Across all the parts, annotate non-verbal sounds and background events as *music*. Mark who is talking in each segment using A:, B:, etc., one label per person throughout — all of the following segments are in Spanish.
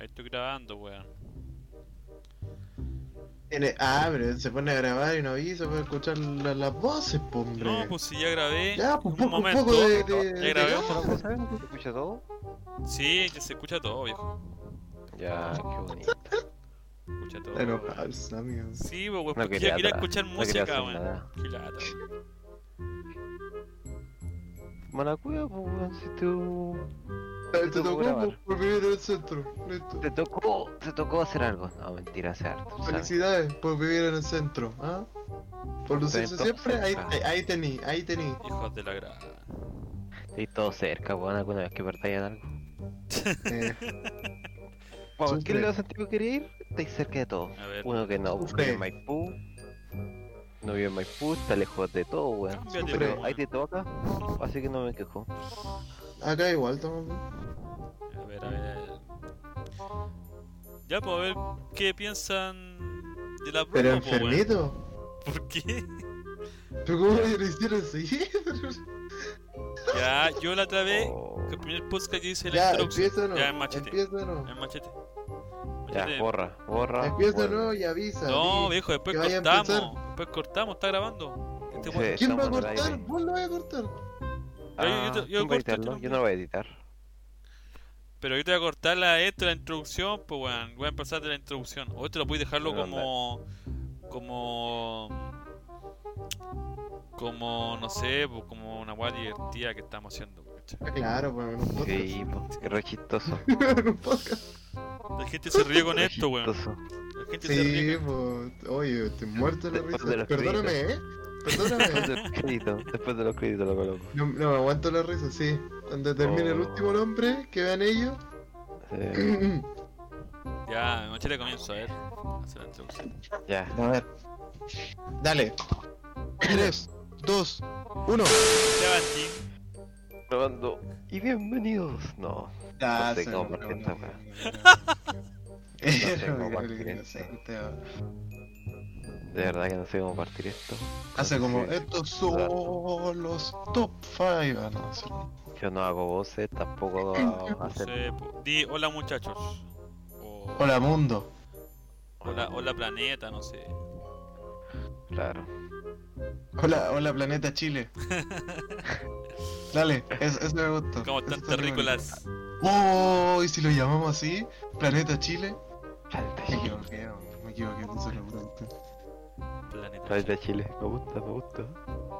A: Ahí estoy grabando, weón.
B: En el- ah, pero se pone a grabar y no avisa para escuchar la- las voces, po, hombre.
A: No, pues si ya grabé.
B: ya, pues
A: un
B: poco,
A: momento.
B: poco de, de-
A: Ya
B: de
A: grabé
B: gas,
A: un
B: pues.
C: ¿Se escucha todo?
A: Sí, ya se escucha todo, viejo.
C: Ya, qué bonito.
A: Se Escucha todo.
B: Está enojado, ese amigo.
A: Sí, pues, weón,
C: No
A: porque
C: quería
A: yo quería
C: atrás,
A: escuchar
C: no quería
A: música,
C: hacer
A: weón.
C: nada.
A: Qué lata, weón.
C: Manacuya, pues, weón, si tú.
B: Ah, Te
C: Te tocó
B: tocó
C: grabar.
B: po, por vivir en el centro. Listo.
C: Te tocó, te tocó hacer algo. No, mentira, hace harto. ¿sabes?
B: Felicidades por vivir en el centro. ¿ah? Por lucirse
C: Estoy
B: siempre, ahí,
C: cerca.
B: ahí- ahí tení, ahí tení.
A: Hijos de la grada.
C: Estoy todo cerca, weón, alguna vez que perdáis en algo.
B: Eh,
C: Vamos,
B: Sufre.
C: ¿qué lado de Santiago quiere ir? Estáis cerca de todo.
A: A ver.
C: Uno que no, pues,
B: Sufre.
C: vive en Maipú. No vive en Maipú, está lejos de todo, weón.
A: Cámbiate,
B: Sufre.
C: Pero
A: weón.
C: hay de todo acá, así que no me quejo.
B: acá igual estamos.
A: A ver, a ver. Ya, pues, a ver qué piensan de la
B: Pero
A: broma, po, weón.
B: enfermito.
A: *laughs* ¿Por qué?
B: ¿Pero cómo lo hicieron *laughs* seguir?
A: Ya, yo la otra vez,
C: Oh,
A: que el primer podcast que hice la
B: Ya,
A: introducción.
B: empieza no.
A: Ya, machete.
B: Empieza no.
A: El machete.
C: Ya,
A: Machete.
C: borra, borra.
B: Empieza
C: borra.
B: no y avisa.
A: No,
B: di.
A: viejo, después
B: que vaya a
A: cortamos.
B: empezar.
A: Después cortamos, está grabando. Este
C: Sí.
A: weón-
B: ¿Quién va a
C: Estamos al
B: cortar?
C: aire.
B: ¿Vos lo vas a cortar?
C: Ah,
A: Yo- yo- yo
C: ¿quién va
A: corto
C: a
A: este
C: editarlo?
A: nombre.
C: Yo no lo voy a editar.
A: Pero yo te voy a cortar la, esto, la introducción, pues weón. Voy a empezar de la introducción. O esto lo puedes dejarlo
C: Pero
A: como. Como. Como, no sé, pues, como una weá divertida que estamos haciendo. ¿cachai?
B: Ah, Claro, pues en un podcast.
C: Sí, po, es re chistoso.
B: *laughs* En un podcast.
A: La gente se ríe con
C: re
A: esto, weón.
C: chistoso.
A: La gente se
B: Sí,
A: ríe.
B: pues. Oye, estoy muerto de la
C: Después
B: risa.
C: de los
B: Perdóname, eh.
C: *laughs* Después
B: Perdóname.
C: de los créditos, después de los créditos lo coloco.
B: No, no me aguanto la risa, sí. Cuando termine el
C: Oh.
B: último nombre, que vean ellos.
C: *clears throat* Sí,
A: con- Ya, machete comienzo, a ver. Hacer la introducción.
C: ya.
B: A ver. Dale. 3, 2, 1.
A: Esteban Jin,
C: Probando. Y bienvenidos. No.
B: Ya,
C: No sé
B: se
C: cómo
B: me
C: partir
B: acabó,
C: esta
B: no, *laughs*
C: sé
B: no,
C: cómo
B: no, no.
C: partir
B: Era muy
C: esto.
B: inocente, va.
C: De verdad que no sé cómo partir esto.
B: Hace como,
C: Sí.
B: estos son los top 5. Ah, no, sí.
C: Yo no hago voces, tampoco hago
A: no
C: hacer.
A: sé, po- Di, hola muchachos. O-
B: Hola mundo.
A: hola, hola planeta, no sé.
C: Claro.
B: Hola, hola planeta
A: *laughs*
B: Chile. Dale, eso, eso me gusta.
A: Como
B: Eso
A: tan
B: está re bonito.
A: terrícolas.
B: Oh, y si lo llamamos así, Planeta Chile.
C: Planeta
B: Me
C: Chile.
B: equivoqué, hombre, me equivoqué, puse lo pronto.
A: Planeta.
C: Planeta Chile. Me gusta, me gusta.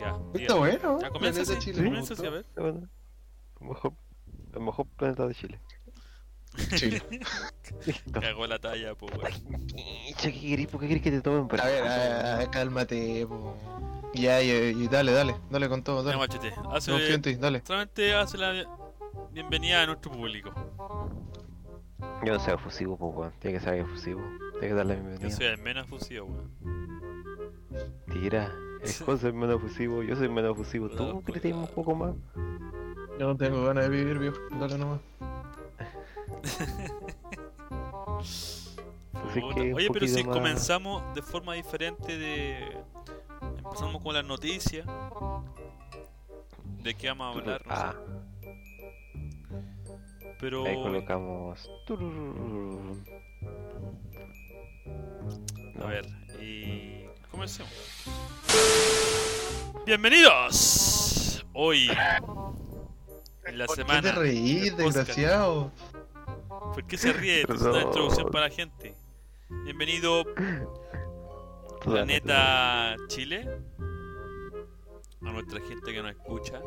A: Ya, di-
B: Está bueno.
A: ya comienza
B: Planeta
A: así,
B: Chile. me
A: comienza así, a ver.
C: La verdad. El mejor, el mejor planeta de Chile.
A: *laughs*
B: gustó. Chile.
C: Listo.
A: Cagó la talla, po, weón.
C: Che, ¿qué querés? ¿Por qué querés que te tomen por
B: A ver, a- a- cálmate, po. Ya, y, y dale, dale, dale con todo,
A: Ya,
B: dale.
A: machete.
B: Confío en
A: Hace,
B: ti, dale.
A: solamente hace la bienvenida a nuestro público.
C: Yo no soy efusivo, pues, weón. Tiene que ser efusivo. Tiene que darle la bienvenida.
A: Yo soy el menos fusivo, weón.
C: Tira.
A: *laughs*
C: El José es menos efusivo, yo soy menos efusivo.
A: Cuidado,
C: Tú que un poco más.
B: Yo no tengo ganas de vivir, viejo. Dale nomás.
C: Así
A: Puta.
C: que un
A: Oye, pero si
C: poquito más-
A: comenzamos de forma diferente de... Empezamos con las noticias. ¿De qué vamos a hablar? No
C: Ah,
A: sé. Pero...
C: ahí colocamos. Turururururur.
A: A
C: No,
A: ver, y comencemos. Bienvenidos. Hoy en la
B: ¿Qué te
A: semana.
B: reís,
A: del podcast.
B: desgraciado?
A: ¿Por qué se ríe? Esto es una
C: Perdón.
A: introducción para la gente. Bienvenido
C: tú dale, tú dale.
A: Planeta Chile. A nuestra gente que nos escucha.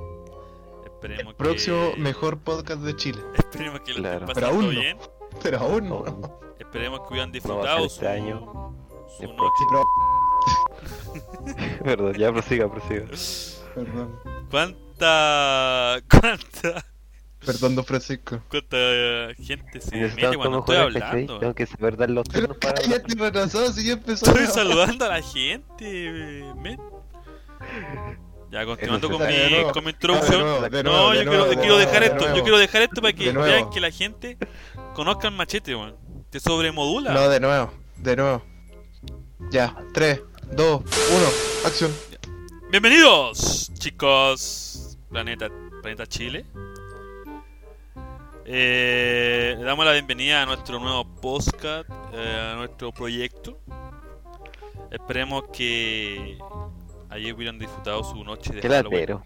A: Esperemos
B: Próximo
A: que
B: mejor podcast de Chile.
A: esperemos que lo
C: Claro.
A: estén
B: Pero
A: pasando
B: aún no.
A: bien.
B: Pero aún no.
C: No,
A: Esperemos que hubieran
C: va a
A: disfrutado
C: ser este
A: su,
C: año.
A: su
C: El
A: noche.
B: Pero-
C: Perdón, ya prosiga, prosiga.
B: Perdón.
A: *laughs* ¿Cuánta cuánta
B: Perdón, don Francisco.
A: cuánta gente se mete
C: Necesitamos
A: cuando
C: como
A: estoy
C: jugadores, ¿cachai?
A: hablando?
C: Tengo que saber dar los
B: Pero
C: turnos para.
B: *laughs* ya te retrasado si ya empezó.
A: Estoy
B: la-
A: saludando a la gente, men. Ya, continuando con
B: Ah, de
A: mi,
B: nuevo.
A: con mi
B: Ah, de
A: introducción.
B: nuevo, de nuevo,
A: No,
B: de
A: yo
B: nuevo,
A: quiero,
B: de
A: quiero
B: nuevo,
A: dejar
B: de
A: esto, yo
B: nuevo.
A: quiero dejar esto para que
B: De nuevo.
A: vean que la gente conozca el machete, weón. Te sobremodula.
B: No, de nuevo, de nuevo. Ya, 3, 2, 1, acción.
A: Bienvenidos, chicos. Planeta, Planeta Chile. Eh, le damos la bienvenida a nuestro nuevo podcast, eh, a nuestro proyecto. Esperemos que ayer hubieran disfrutado su noche de
C: Qué
A: Halloween.
C: latero.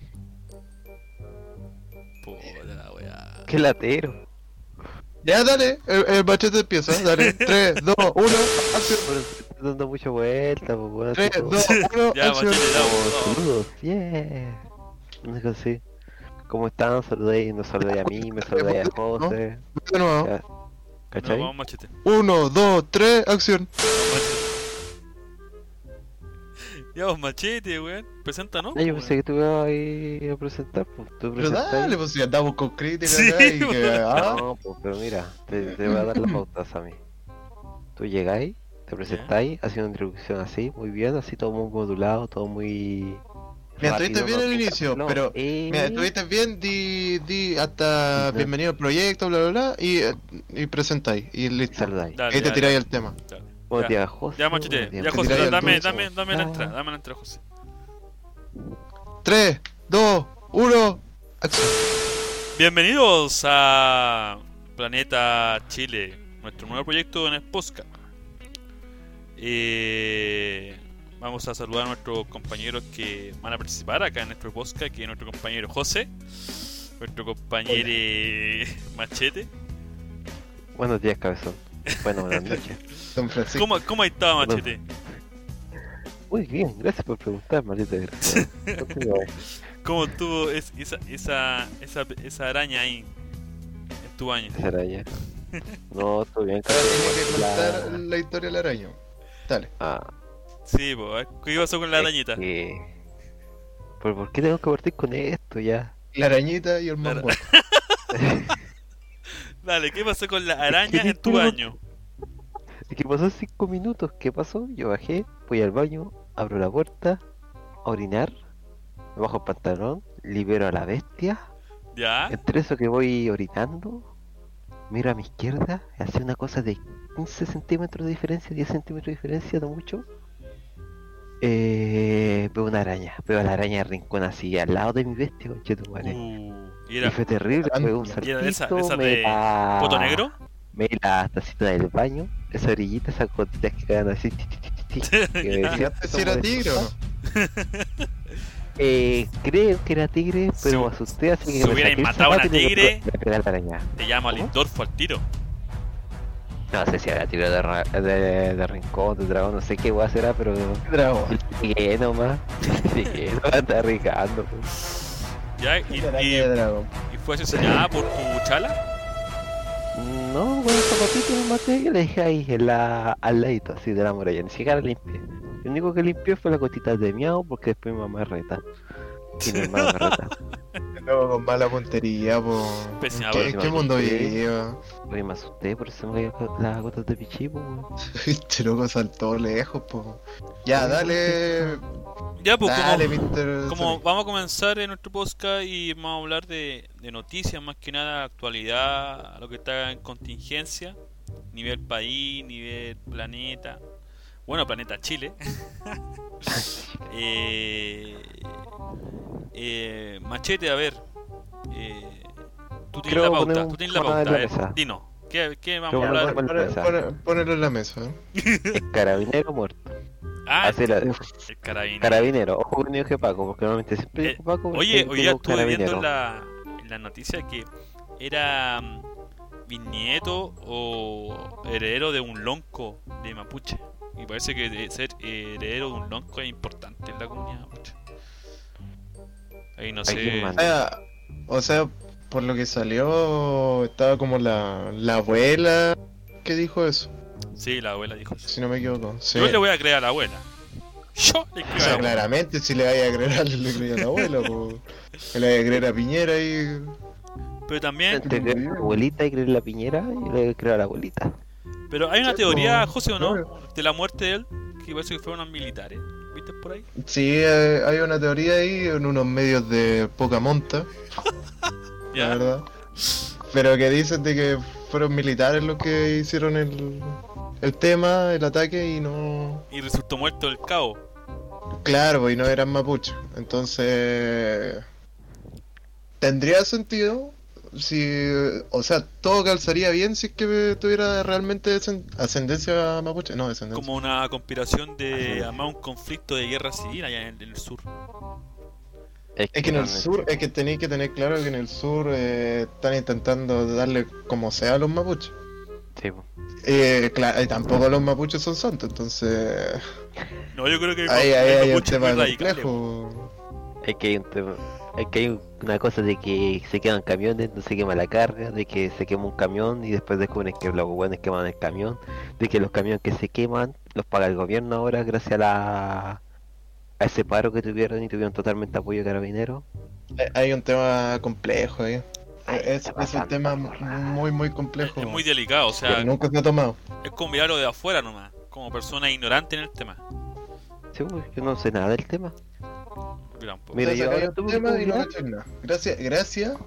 A: Puta la weá.
C: Qué latero.
B: Ya, dale, el, el machete empieza,
A: *laughs*
B: dale. 3, 2, 1, acción.
C: Pero estoy dando mucha vuelta, pues weón.
B: 3,
C: tipo,
B: 2, 1,
A: Ya,
B: acción.
A: machete, ya,
C: como,
A: weón.
C: Saludos, yeah. Una cosa así. ¿Cómo están? Saludé, nos saludé a mí, me saludé a José.
B: De nuevo.
C: Ya.
A: No,
C: ¿Cachai?
A: vamos machete.
B: 1, 2, 3, acción.
A: Ya vos machete, weón. Presenta, ¿no?
C: Ah, yo pensé que tú ibas a ir a presentar, pues tú
B: Pero
C: presentas.
B: dale, pues si andamos con crítica
A: Sí,
B: acá y que.
A: bueno.
B: ah,
C: No, pues, pero mira, te, te voy a dar las pautas a mí. Tú llegáis, te presentáis, haciendo una introducción así, muy bien, así todo muy modulado, todo muy.
B: Mira, estuviste
C: rápido,
B: bien
C: ¿no?
B: al inicio, pero-
C: eh,
B: Mira, estuviste bien, di, di hasta
C: Ujú.
B: bienvenido al proyecto, bla, bla, bla, y, eh, y presentáis, y listo.
C: Saludáis.
A: Dale,
B: Ahí te
A: ya,
B: tiráis el tema.
C: Buenos
A: ya.
C: días, José.
A: Ya,
C: buenos
A: machete.
C: días,
A: Ya,
B: te
A: José,
B: tiráis
A: dame,
B: al
A: dame,
B: dulce,
A: dame, dame la
C: Ah.
A: entrada, dame la entrada, José.
B: 3, 2, 1, acción.
A: Bienvenidos a Planeta Chile, nuestro nuevo proyecto en el podcast. Eh, vamos a saludar a nuestros compañeros que van a participar acá en nuestro podcast, que es nuestro compañero José, nuestro compañero eh, Machete.
C: Buenos días, cabezón.
A: *laughs*
C: Bueno, buenas noches.
B: Don Francisco.
A: ¿Cómo, ¿Cómo ha estado
C: Bueno.
A: Machete?
C: Muy bien, gracias por preguntar,
A: *laughs*
C: maldita desgraciada. Continúa.
A: ¿Cómo estuvo es- esa, esa, esa, esa araña ahí en tu baño?
C: Esa araña. No, todo bien,
B: Ahora tiene que
C: cabezón.
B: contar la historia del araño. Dale.
C: Ah,
A: Sí, po, ¿eh? ¿qué pasó con la
C: es
A: arañita?
C: que- ¿Pero por qué tengo que partir con esto ya? *laughs*
B: La arañita y el
A: La ara-
B: mambo.
A: Dale, ¿qué pasó con la
C: que
A: araña en tu
C: tú-
A: baño?
C: Y que pasó cinco minutos. ¿Qué pasó? Yo bajé, voy al baño, abro la puerta, a orinar, me bajo el pantalón, libero a la bestia.
A: ¿Ya?
C: Entre eso que voy orinando, miro a mi izquierda, hace una cosa de 15 centímetros de diferencia, 10 centímetros de diferencia, no mucho. Eh, veo una araña, veo a la araña del rincón así, al lado de mi bestia, conchetumare.
A: Uh, y
C: Y
A: era
C: fue terrible, fue un
B: Y
A: era de Ah, esa-
C: saltito,
A: de esa
C: me
A: de
C: la-
A: Poto Negro.
C: me la tacita del baño, esa orillita, esas gotitas que caen así, ti, ti, ti, ti, ti, *laughs* que
A: *laughs* Ya.
C: decía,
B: ¿Si era
C: "Toma de
B: tigre o no?
C: sopa". Eh, creo que era tigre, pero me
A: Si-
C: asusté, así que
A: si
C: me
A: hubieran
C: saqué el
A: matado a una
C: zapato y le-
A: tigre-
C: le pegué a la araña.
A: Te llamo al
C: ¿Cómo?
A: Lindorfo al tiro.
C: No sé si era tigre de, ra- de, de rincón, de dragón, no sé qué a será, pero
B: Dragón.
C: *laughs* llegué nomás, *laughs* llegué nomás, está arriesgando. pues. po.
A: ¿Ya? Y,
B: La araña
A: y-
B: de dragón.
A: y fue asesinada por tu chala.
C: Mm, No, con el zapatito me maté y la dejé ahí, en la, al ladito, así de la muralla, ni siquiera la limpié. Lo único que limpió fue la cotita de miau, porque después mi mamá reta. Y mi hermano me
A: *laughs*
C: reta.
B: Luego con mala puntería, po.
A: Pésima
B: ¿Qué,
C: puntería.
B: qué mundo *laughs* vive?
C: Oye, me asusté, por eso me caí las gotas de pichipo, weón.
B: Este loco saltó lejos, po. Ya, dale.
A: Ya, pues
B: Dale,
A: como,
B: Mr.
A: como
B: Sonic.
A: vamos a comenzar en nuestro podcast y vamos a hablar de, de noticias, más que nada, actualidad, lo que está en contingencia, nivel país, nivel planeta. Bueno, planeta
C: *laughs*
A: Chile. Eh, eh, machete, a ver. eh, tú tienes
C: Creo
A: la
C: que
A: pauta,
C: ponemos
A: tú tienes la
C: un tema de
A: pauta.
C: la
A: a ver,
C: mesa.
A: dinos, ¿qué, qué vamos
C: Creo
A: a
C: que
A: hablar?
C: ponemos-
B: Pone- pone- Ponelo en la mesa. ¿eh?
C: El carabinero muerto.
A: Ah,
C: Así la-
A: el carabinero.
C: carabinero, ojo que no dije Paco, porque normalmente siempre
A: Eh,
C: digo Paco. pero
A: Oye,
C: siempre
A: hoy día
C: digo
A: estuve viendo en
C: carabinero.
A: la, en la noticia que era mm, bisnieto o heredero de un lonco de mapuche. Y parece que de ser heredero de un lonco es importante en la comunidad mapuche. Ahí no sé.
C: Alguien mandó.
B: Ah, o sea, por lo que salió, estaba como la, la abuela que dijo eso,
A: Sí, la abuela dijo eso.
B: si no me equivoco. Sí.
A: Yo le voy a creer a la abuela. Yo le creo
B: O
A: a la
B: sea,
A: abuela.
B: claramente si le vaya a creer a le creía a la abuela, po. Que le vaya a creer a Piñera y.
A: Pero también,
C: Entre creer a la abuelita y creer la piñera y le creo a la abuelita.
A: pero hay una
B: Sí,
A: teoría,
B: po.
A: José, ¿o no? De la muerte de él, que parece que fueron militares. ¿Viste por ahí?
B: Sí, eh, hay una teoría ahí en unos medios de poca monta, la
A: Ya.
B: verdad. Pero que dicen de que fueron militares los que hicieron el, el tema, el ataque y no.
A: Y resultó muerto el cabo.
B: Claro, y no eran mapuches. Entonces. Tendría sentido si, o sea, todo calzaría bien si es que tuviera realmente desen- ascendencia mapuche. No, descendencia.
A: Como una conspiración de
C: Ajá.
A: armar un conflicto de guerra civil allá en, en el sur.
B: Es que en el
C: realmente-
B: sur, es que tenéis que tener claro que en el sur eh, están intentando darle como sea a los mapuches.
C: Sí, pues. po.
B: Eh, cla- y tampoco los mapuches son santos, entonces.
A: No, yo creo que
B: Ahí,
A: los-
B: ahí
A: pues, los
B: hay un
A: mapuches
B: tema
A: muy radicales,
B: complejo.
C: Es que hay, un tema- es que hay un- una cosa de que se queman camiones, no se quema la carga, de que se quema un camión y después descubren que los hueones queman el camión, de que los camiones que se queman los paga el gobierno ahora gracias a la a ese paro que tuvieron y tuvieron totalmente apoyo de carabineros.
A: pues.
B: Hay- Hay un tema complejo ahí. Eh,
C: Ay,
B: Es,
C: se
B: es un
C: pasan
B: tema
C: por la-
B: muy, muy complejo.
A: Es muy delicado, o
B: que
A: sea,
B: nunca se ha tomado.
A: es como mirarlo de afuera nomás, como persona ignorante en el tema.
C: Sí, pues, yo no sé nada del tema.
A: Yo tampoco.
C: Mira,
B: Ustedes
C: yo ahora
B: sacaron
C: tuve
B: el tema
C: que
B: y no
C: googlear.
B: cachan nada. Gracias, gracias.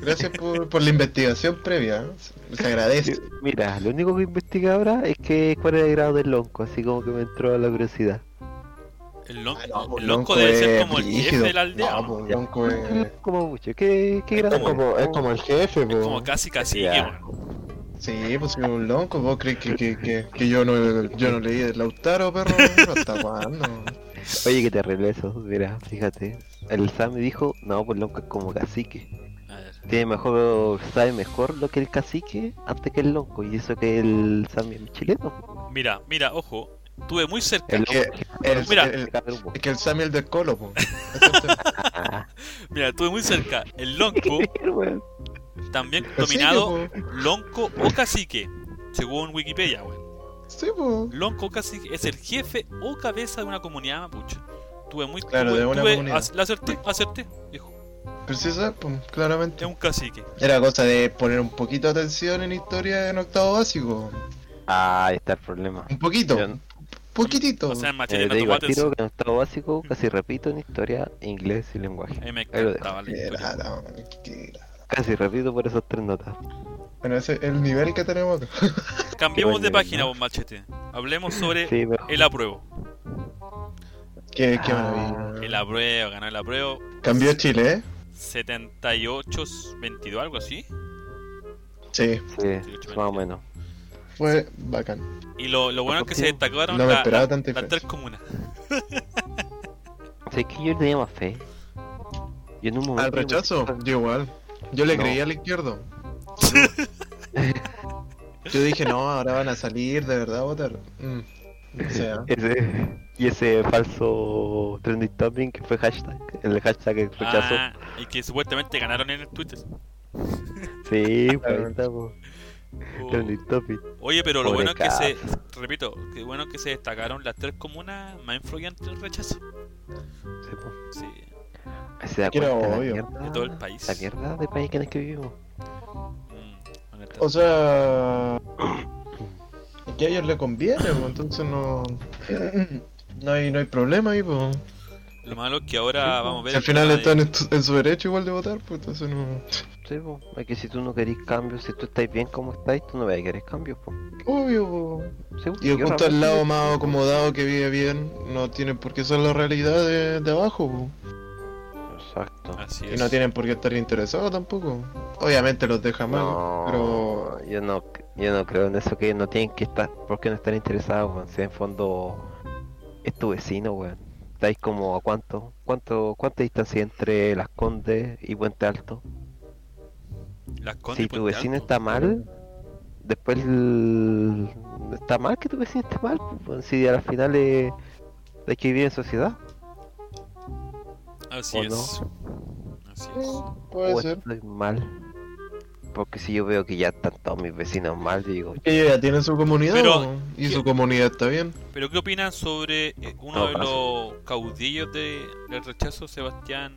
B: Gracias por, por la investigación previa. ¿eh? Se- Se agradece.
C: Mira, lo único que investigué ahora es que cuál era el grado del lonco, así como que me entró la curiosidad.
A: El, lon-
B: Ah, no, pues,
A: el lonco debe ser
B: es
A: como el jefe
B: brígido.
A: de la aldea.
B: No,
A: ¿no?
B: pues, Lonco es...
C: Como mucho, ¿qué, qué grado?
B: Es como, es como el jefe,
A: Es como
B: po.
A: casi casi
C: Ya.
A: que, bueno.
B: Sí, pues soy un lonco. ¿Vos crees que, que, que, que yo, no, yo no leí de Lautaro, perro? ¿Hasta cuándo?
C: Oye, que terrible eso, mira, fíjate. El Sam dijo, no, pues Lonco es como cacique.
A: A ver.
C: Tiene mejor, sabe mejor lo que el cacique antes que el Lonco. Y eso que el Sam es chileno.
A: Mira, mira, ojo, estuve muy cerca.
C: El
B: que
C: Lonco
B: el-
A: Mira.
B: el-
C: cada grupo.
B: Es que el Samuel del Colo,
A: *laughs*
B: po.
C: Ah,
A: Mira, estuve muy cerca. El
B: *laughs*
A: lonco,
C: weón.
A: también
B: Pero sí,
A: dominado
B: po.
A: lonco o cacique, según Wikipedia, weón.
B: Sí, po.
A: Lonco o cacique es el jefe o cabeza de una comunidad mapuche. Tuve muy
B: Claro,
A: tuve-
B: de una
A: tuve-
B: comunidad.
A: ac- La acerté, acerté. Dijo,
B: Pero sí, sabes, po, claramente.
A: es un cacique.
B: Era cosa de poner un poquito de atención en historia en octavo básico.
C: Ah, ahí está el problema.
B: Un poquito.
C: Yo-
B: Poquitito.
A: O sea, en
C: Eh,
A: machete
C: te
A: me
C: digo,
A: tomó
C: al tiro
A: atención.
C: que en octavo básico casi repito en historia, inglés y lenguaje.
A: A mí me
C: Ahí lo dejo.
A: encantaba la
B: Qué
A: historia.
B: lata, man, qué lata.
C: Casi repito por esas tres notas.
B: Bueno, ese es el nivel que tenemos acá. *laughs*
A: Cambiemos
C: buen
A: de
C: nivel,
A: página,
C: ¿no?
A: vos machete. Hablemos sobre
C: Sí, pero...
A: el apruebo.
B: Qué, qué
C: Ah,
B: maravilla.
A: El apruebo, ganó el apruebo.
B: Cambió Chile, ¿eh?
A: 78-22, algo así.
B: Sí,
C: Sí, más o menos.
B: fue bacán.
A: Y lo, lo bueno es que se destacaron
B: No me pues.
A: la-
B: esperaba tanta
A: las tres
B: diferencia.
A: comunas.
C: O sea, es que yo le tenía más fe. Y en un momento.
B: Al
C: yo me-
B: rechazo, yo igual. Yo le
C: No.
B: creí al izquierdo. Yo dije, no, ahora van a salir de verdad a votar. Mm. O sea,
C: Ese- y ese falso trending topic que fue hashtag, el hashtag el *laughs* rechazo.
A: Ah, y que supuestamente ganaron en el Twitter.
C: Sí, pues ahí
B: Claro.
C: estamos.
A: Oh.
C: Trending topic.
A: Oye, pero lo
C: Pobre
A: bueno es que se.
C: Cast.
A: Repito, que bueno que se destacaron las tres comunas más influyentes del rechazo.
C: Sí, pues.
A: Sí,
C: Ahí se da
B: Que era
C: cuenta la
B: obvio.
A: de todo el
C: mierda,
A: país.
C: la mierda de país que en el que vivimos.
A: Mm, bueno, está-
B: o sea. es que a ellos le conviene, pues, entonces no. No hay, no hay problema ahí, pues.
A: lo malo es que ahora vamos a ver.
B: Si al
A: el
B: final
A: tema de-
B: están en, tu- en su derecho igual de votar, pues entonces no.
C: Sí, pues. Es que si tú no querés cambios, si tú estáis bien como estáis, tú no vas a querer cambios, pues.
B: Obvio, po.
C: Sí, pues,
B: Y
C: yo
B: justo al
C: realmente-
B: lado más acomodado que vive bien, no tienen por qué ser la realidad de, de abajo, po.
C: Exacto.
A: Así
B: Y
A: es.
B: no tienen por qué estar interesados tampoco. Obviamente los deja mal, pero.
C: yo no, yo no creo en eso que no tienen que estar, porque no están interesados, weón. Si en fondo es tu vecino, weón. Estáis como a cuánto, cuánto, cuánta distancia hay entre Las Condes y Puente Alto.
A: Las Condes y
C: si tu
A: Puente
C: vecino
A: Alto.
C: está mal, después el- está mal que tu vecino esté mal, pues, weón. si al final eh, hay que vivir en sociedad.
A: Así
C: ¿o
A: es. Así es.
B: Puede
C: o
B: ser.
C: pues, estoy mal. Porque si yo veo que ya están todos mis vecinos mal, yo digo,
B: Que Ellos ya tienen su comunidad,
A: Pero-
B: po, y su comunidad está bien.
A: Pero ¿qué opinan sobre eh, uno
C: No,
A: de
C: pasa.
A: los caudillos de, del rechazo, Sebastián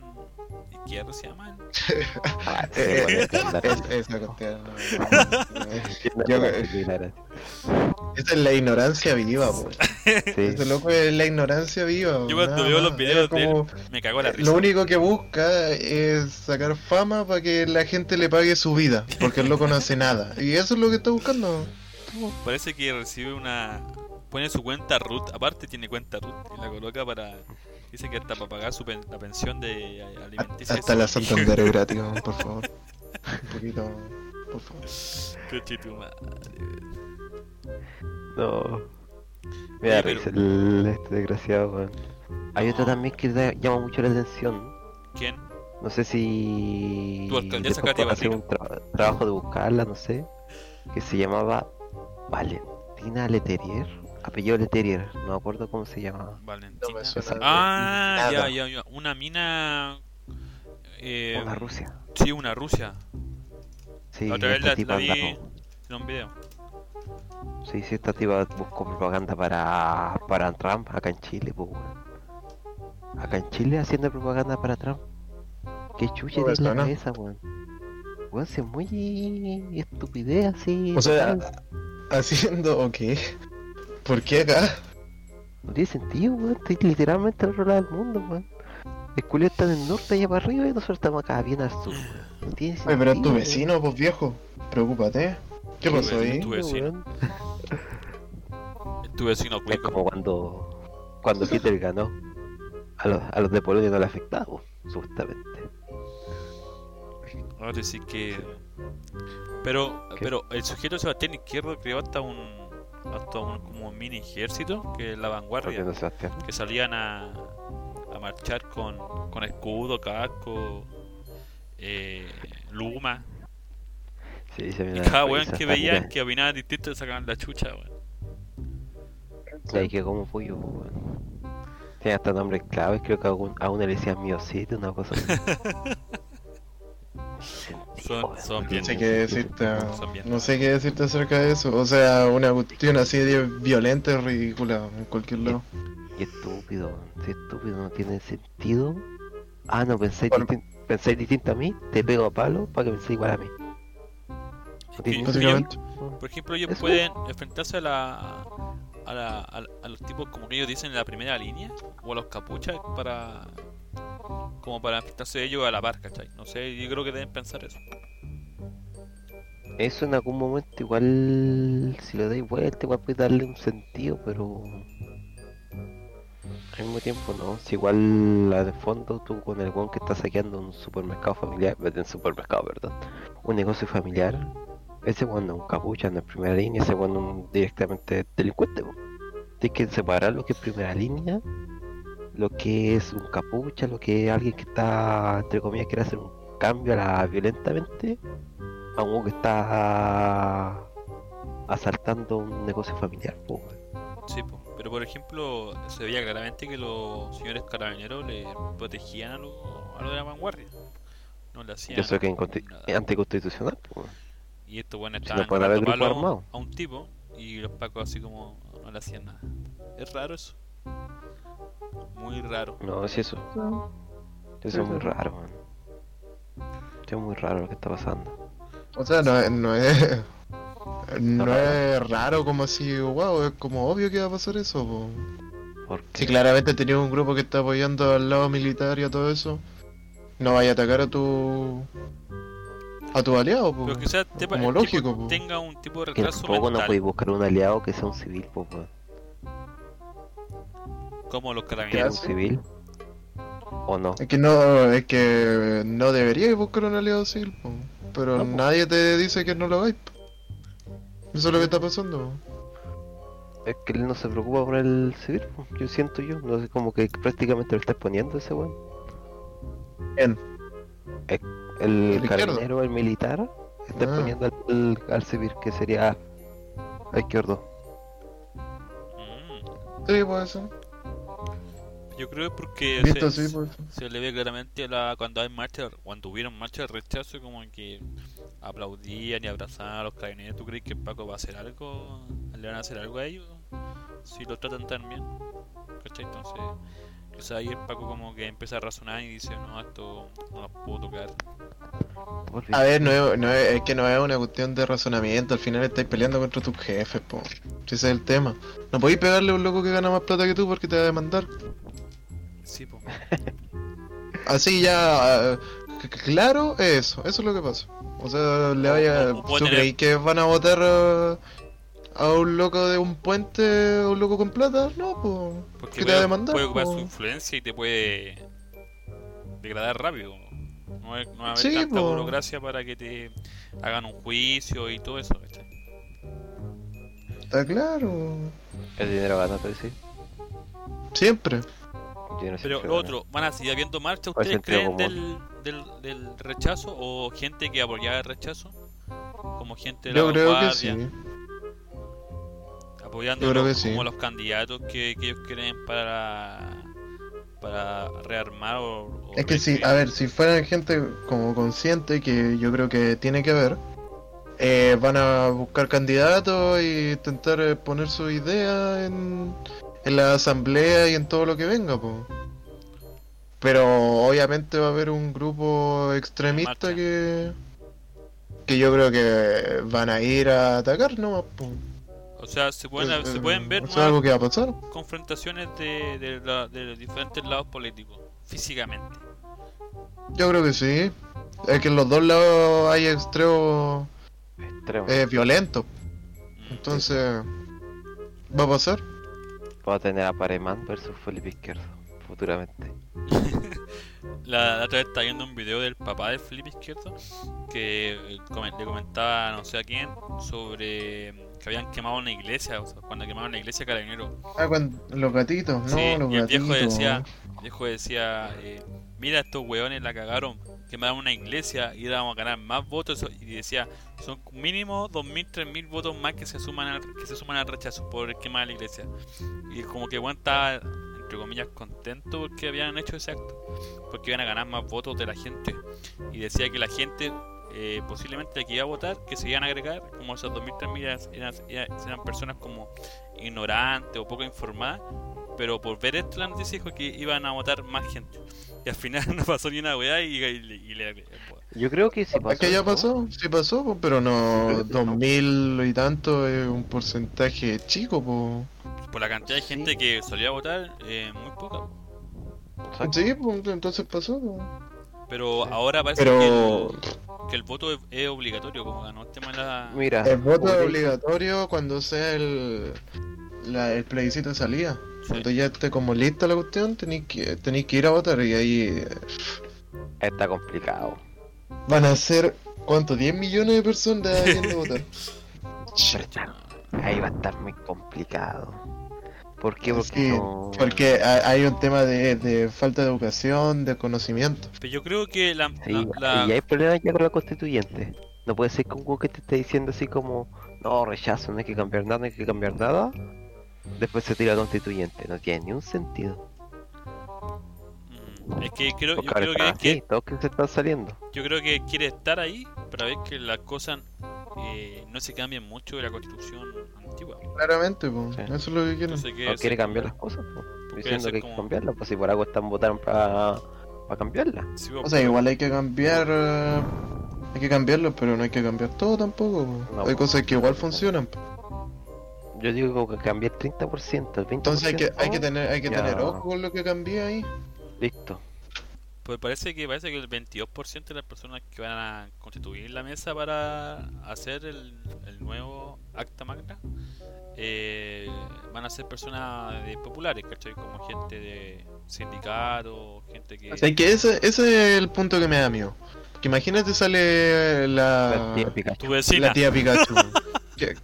A: Izquierdo se llama?
B: *laughs*
C: ah, sí,
B: Eh,
C: weón,
B: eh,
C: es que la-
B: Es- esa cantidad,
A: *laughs*
B: no, no, no, es- yo- Esa es la ignorancia viva, po.
C: Sí.
B: Ese loco es la ignorancia viva. po,
A: Yo cuando
B: nada
A: veo
B: más.
A: los videos
B: Es
A: de él,
B: como-
A: Me cagó
C: Eh,
A: la risa.
B: Lo único que busca es sacar fama para que la gente le pague su vida, porque el loco no hace nada. Y eso es lo que está buscando.
A: Parece que recibe una. Pone su cuenta root, aparte tiene cuenta root, y la coloca para. Dice que hasta para pagar su pen- la pensión de eh,
B: A-
A: alimenticia. *laughs*
B: Hasta la Santander es gratis, weón, por favor. Un poquito, por favor.
A: Coche tu madre.
C: No. Me da
A: Oye, pero-
C: risa el- este desgraciado, weón. Hay otra
A: No.
C: también que da- llama mucho la atención.
A: ¿Quién?
C: No sé si.
A: Tu alcaldesa
C: después
A: Katia
C: puedo hacer un tra- trabajo de buscarla, no sé. Que se llamaba Valentina Leterier. Apellido Leterier, no me acuerdo cómo se llamaba.
B: No
A: Valentina.
B: me suena.
C: Esa-
A: ah, ya,
B: nada.
A: ya, ya. Una mina. Eh,
C: Una Rusia.
A: sí, una Rusia.
C: Sí,
A: la otra vez
C: esta
A: la,
C: tipa
A: la vi
C: andaba-
A: en un video.
C: Sí, sí, esta tipa buscó propaganda para, para Trump acá en Chile, pues, weón. Acá en Chile haciendo propaganda para Trump. Qué chucha
B: No me
C: tiene en la
B: suena.
C: cabeza, weón. Weón, si es muy estupidez así.
B: O sea,
C: total.
B: haciendo o qué? ¿Por qué acá?
C: no tiene sentido, weón. Estoy literalmente al otro lado del mundo, weón. El culio está en el norte, allá para arriba, y nosotros estamos acá, bien al sur, weón. No tiene sentido.
B: Oye, pero es tu
C: weón.
B: vecino, ¿eh? pues viejo. Preocúpate. ¿Qué
A: Sí,
B: pasó
A: güey.
B: ahí?
A: Tu vecino.
C: weón.
A: Tu vecino pues.
C: Es
A: cuico.
C: como cuando,
B: *laughs*
C: cuando Hitler ganó. A los, a los de Polonia no le afectaba, weón, supuestamente.
A: Ahora sí que. Pero,
C: ¿Qué?
A: pero el sujeto Sebastián Izquierdo creó hasta un. Hasta un como mini ejército que es la vanguardia.
C: Volviendo a Sebastián.
A: que salían a, a marchar con, con escudo, casco, eh, luma.
C: Sí, se me
A: Y
C: da
A: cada
C: risa,
A: weón que
C: está,
A: veían
C: Ah, mira,
A: que opinaban distinto le sacaban la chucha, weón.
C: de ahí que como pollo, weón. Tiene hasta nombres claves, creo que a, un, a una le decían miocito, una
A: *laughs*
C: cosa así.
A: Son, son bien.
B: No sé qué decirte. ah.
A: Son bien.
B: No sé qué decirte acerca de eso. O sea, una cuestión así de violenta es ridícula en cualquier lado.
C: Y estúpido, weón, sí, estúpido, no tiene sentido. Ah, no, pensáis,
B: Bueno.
C: distin- pensáis distinto a mí, te pego a palo para que penséis igual a mí.
A: Es
C: tiene
A: que
B: Básicamente.
A: ellos- por ejemplo, ellos
C: Eso.
A: pueden enfrentarse a la. A, la, a, la- a los tipos como que ellos dicen en la primera línea o a los capuchas para como para enfrentarse ellos a la par, ¿cachai? No sé, yo creo que deben pensar eso.
C: Eso en algún momento igual, si lo dais vuelta, igual puede darle un sentido, pero al mismo tiempo no. Si igual la de fondo tú con el guan que está saqueando un supermercado familiar, eh, un supermercado, perdón, un negocio familiar, ese guan no es un capucha, no es primera línea, ese guan es un directamente delincuente. po. Tienes que separar lo que es primera línea, lo que es un capucha, lo que es alguien que está, entre comillas, quiere hacer un cambio a la violentamente a un weón que está asaltando un negocio familiar, po, weón.
A: Sí, po. pero por ejemplo, se veía claramente que los señores carabineros le protegían a lo, a lo de la vanguardia. No le hacían.
C: Yo sé que es inconsti-
A: nada.
C: es anticonstitucional, po, weón.
A: Y estos buenos
C: si
A: estaban
C: no pueden haber
A: dando
C: grupo
A: palo
C: armado.
A: a un tipo y los pacos así como no le hacían nada. Es raro eso. Muy raro.
C: No, si eso. Eso
B: Sí,
C: es muy
B: sí.
C: raro, man. Eso es muy raro lo que está pasando.
B: O sea, no, es- no es. No
C: raro.
B: es raro como así, wow, es como obvio que va a pasar eso. po.
C: Porque
B: Si claramente tenías un grupo que está apoyando al lado militar y a todo eso, no vaya a atacar a tu. a tu aliado, po.
A: Pero quizás te-
B: Como
A: el
B: lógico,
A: tipo
B: po.
A: tenga un tipo de
C: que
A: retraso
C: tampoco no
A: mental,
C: podéis buscar un aliado que sea un civil, po, weón.
A: como los
C: ¿Que ¿Un
A: carabineros.
B: hace?
C: civil? ¿O no?
B: Es que no, es que no deberías buscar un aliado civil, po. pero
C: No, po.
B: nadie te dice que no lo hagáis. po. Eso es lo que está pasando. po.
C: Es que él no se preocupa por el civil, po. yo siento yo. No sé, como que prácticamente lo está exponiendo ese weón.
B: ¿Quién?
C: Eh, El,
B: ¿El izquierdo?
C: carabinero, el militar, está
B: Ah.
C: exponiendo al, al, al civil, que sería a izquierdo.
A: Mm.
B: Sí, puede ser.
A: Yo creo porque
B: Visto
A: se-
B: así, puede ser.
A: Se le ve claramente la, cuando hay marcha, cuando hubieron marcha de rechazo, como que aplaudían y abrazaban a los carabineros. ¿Tú crees que Paco va a hacer algo? ¿Le van a hacer algo a ellos? Si lo tratan tan bien. ¿Cachai? Entonces, quizás ahí el Paco como que empieza a razonar y dice, no, esto no lo puedo tocar.
C: Volví.
B: A ver, no es, no es, es que no es una cuestión de razonamiento, al final estáis peleando contra tus jefes, po. Si ese es el tema. No podéis pegarle a un loco que gana más plata que tú porque te va a demandar.
A: Sí, po.
B: Así ya, eh, c- claro, es eso, eso es lo que pasa. O sea, le vaya,
A: O- o puede
B: ¿tú
A: tener-
B: creí que van a votar eh, a un loco de un puente, a un loco con plata? No, pues.
A: Porque
B: ¿Qué te va a
A: puede,
B: demandar,
A: puede ocupar
B: po?
A: su influencia y te puede degradar rápido. ¿no? No va no va a haber
B: Sí,
A: tanta
B: po.
A: burocracia para que te hagan un juicio y todo eso, ¿cachai?
B: Está claro.
C: El dinero gana, te decís.
B: Siempre.
C: Yo no sé
A: Pero
C: si
A: lo
C: gana.
A: otro, van a seguir habiendo marcha. ¿Ustedes
C: Hay
A: creen
C: sentido
A: del, del, del rechazo o gente que apoyaba el rechazo? Como gente de la
B: Yo creo que sí.
A: vanguardia, apoyando
B: Yo creo
A: los-
B: que sí.
A: como los candidatos que, que ellos creen para para rearmar o, o
B: Es que si,
A: reescribir.
B: a ver, si fueran gente como consciente, que yo creo que tiene que haber, eh, van a buscar candidatos y intentar eh, poner su idea en, en la asamblea y en todo lo que venga, po. Pero obviamente va a haber un grupo extremista
A: marcha.
B: que que yo creo que van a ir a atacar nomás, po.
A: o sea, se pueden,
B: Eh,
A: se
B: eh,
A: pueden ver
B: eso es
A: nuevas
B: algo que va a pasar.
A: confrontaciones de, de la- de los diferentes lados políticos, físicamente.
B: Yo creo que sí. Es que en los dos lados hay extremos
C: Extremo.
B: eh, violentos.
A: Mm.
B: Entonces, ¿va a pasar?
C: Puedo tener a Pareman versus Felipe Izquierdo. Futuramente.
A: La, la otra vez estaba viendo un video del papá de Felipe Izquierdo que eh, come- le comentaba no sé a quién sobre mm, que habían quemado una iglesia, o sea, cuando quemaron la iglesia carabinero.
B: Ah, cuando los gatitos, no,
A: sí,
B: los
A: y el viejo
B: gatitos.
A: decía, el viejo decía eh, mira estos hueones la cagaron, quemaron una iglesia y ahora vamos a ganar más votos y decía, son mínimo 2.000, 3.000 votos más que se suman al, que se suman al rechazo por el quema de la iglesia. Y como que Juan estaba entre comillas contento porque habían hecho ese acto, porque iban a ganar más votos de la gente. Y decía que la gente eh, posiblemente la que iba a votar, que se iban a agregar, como esas 2.000, 3.000 eran, eran, eran personas como ignorantes o poco informadas, pero por ver esto la noticia dijo que iban a votar más gente. Y al final *laughs* no pasó ni una weá y, y le- y le...
C: Yo creo que sí pasó.
B: Es que ya
C: ¿no?
B: pasó, sí pasó, po, pero no, dos mil y tanto es un porcentaje chico, po.
A: Por la cantidad de gente que salió a votar, eh, muy poca.
C: Exacto.
B: Sí, po, entonces pasó, po.
A: Pero ahora parece
B: Pero
A: que, el, que el voto es, es obligatorio, como ganó el tema de la...
C: Mira.
B: el voto es
C: Uri-
B: obligatorio cuando sea el, la- el plebiscito de salida.
A: Sí.
B: Cuando ya esté como lista la cuestión, tenéis que, tenéis que ir a votar y ahí eh,
C: Está complicado.
B: van a ser, ¿cuánto? 10 millones de
A: *laughs*
B: personas yendo a votar.
C: Pero está- ahí va a estar muy complicado. ¿Por qué? Porque
B: Pues Sí,
C: no...
B: Porque ha- hay un tema de, de falta de educación, de conocimiento.
A: Pero yo creo que la...
C: Sí,
A: la-
C: y
A: la-
C: hay problemas ya con la constituyente. No puede ser que un weón que te esté diciendo así como, no, rechazo, no hay que cambiar nada, no hay que cambiar nada. Después se tira la constituyente, no tiene ni un sentido.
A: Mm, Es que creo, yo
C: Porque ahora
A: creo que,
C: están
A: es que
C: así, todos que se están saliendo.
A: yo creo que quiere estar ahí para ver que las cosas eh, no se cambien mucho de la constitución antigua.
B: Claramente, po.
C: Sí.
B: eso es lo que quieren.
A: Entonces, que
C: No
A: se-
C: quiere cambiar las cosas, po. diciendo
A: hacer
C: que hay que
A: como-
C: cambiarlas, pues si por algo están votaron para cambiarla.
A: sí, po,
B: O sea, igual hay que cambiar. eh, hay que cambiarlo, pero no hay que cambiar todo tampoco. po.
C: No,
B: hay
C: po.
B: cosas que igual funcionan. po.
C: Yo digo que cambiar 30%, 20%.
B: Entonces hay que, hay que tener, hay que
C: Ya.
B: tener ojo con lo que cambia ahí.
C: Listo.
A: Pues parece que parece que el 22% de las personas que van a constituir la mesa para hacer el, el nuevo acta magna eh, van a ser personas de populares, ¿cachai? Como gente de sindicato, gente que...
B: O sea, que ese, ese es el punto que me da miedo. Que imagínate sale la,
C: La tía Pikachu.
A: Tu vecina.
B: la tía Pikachu. Que-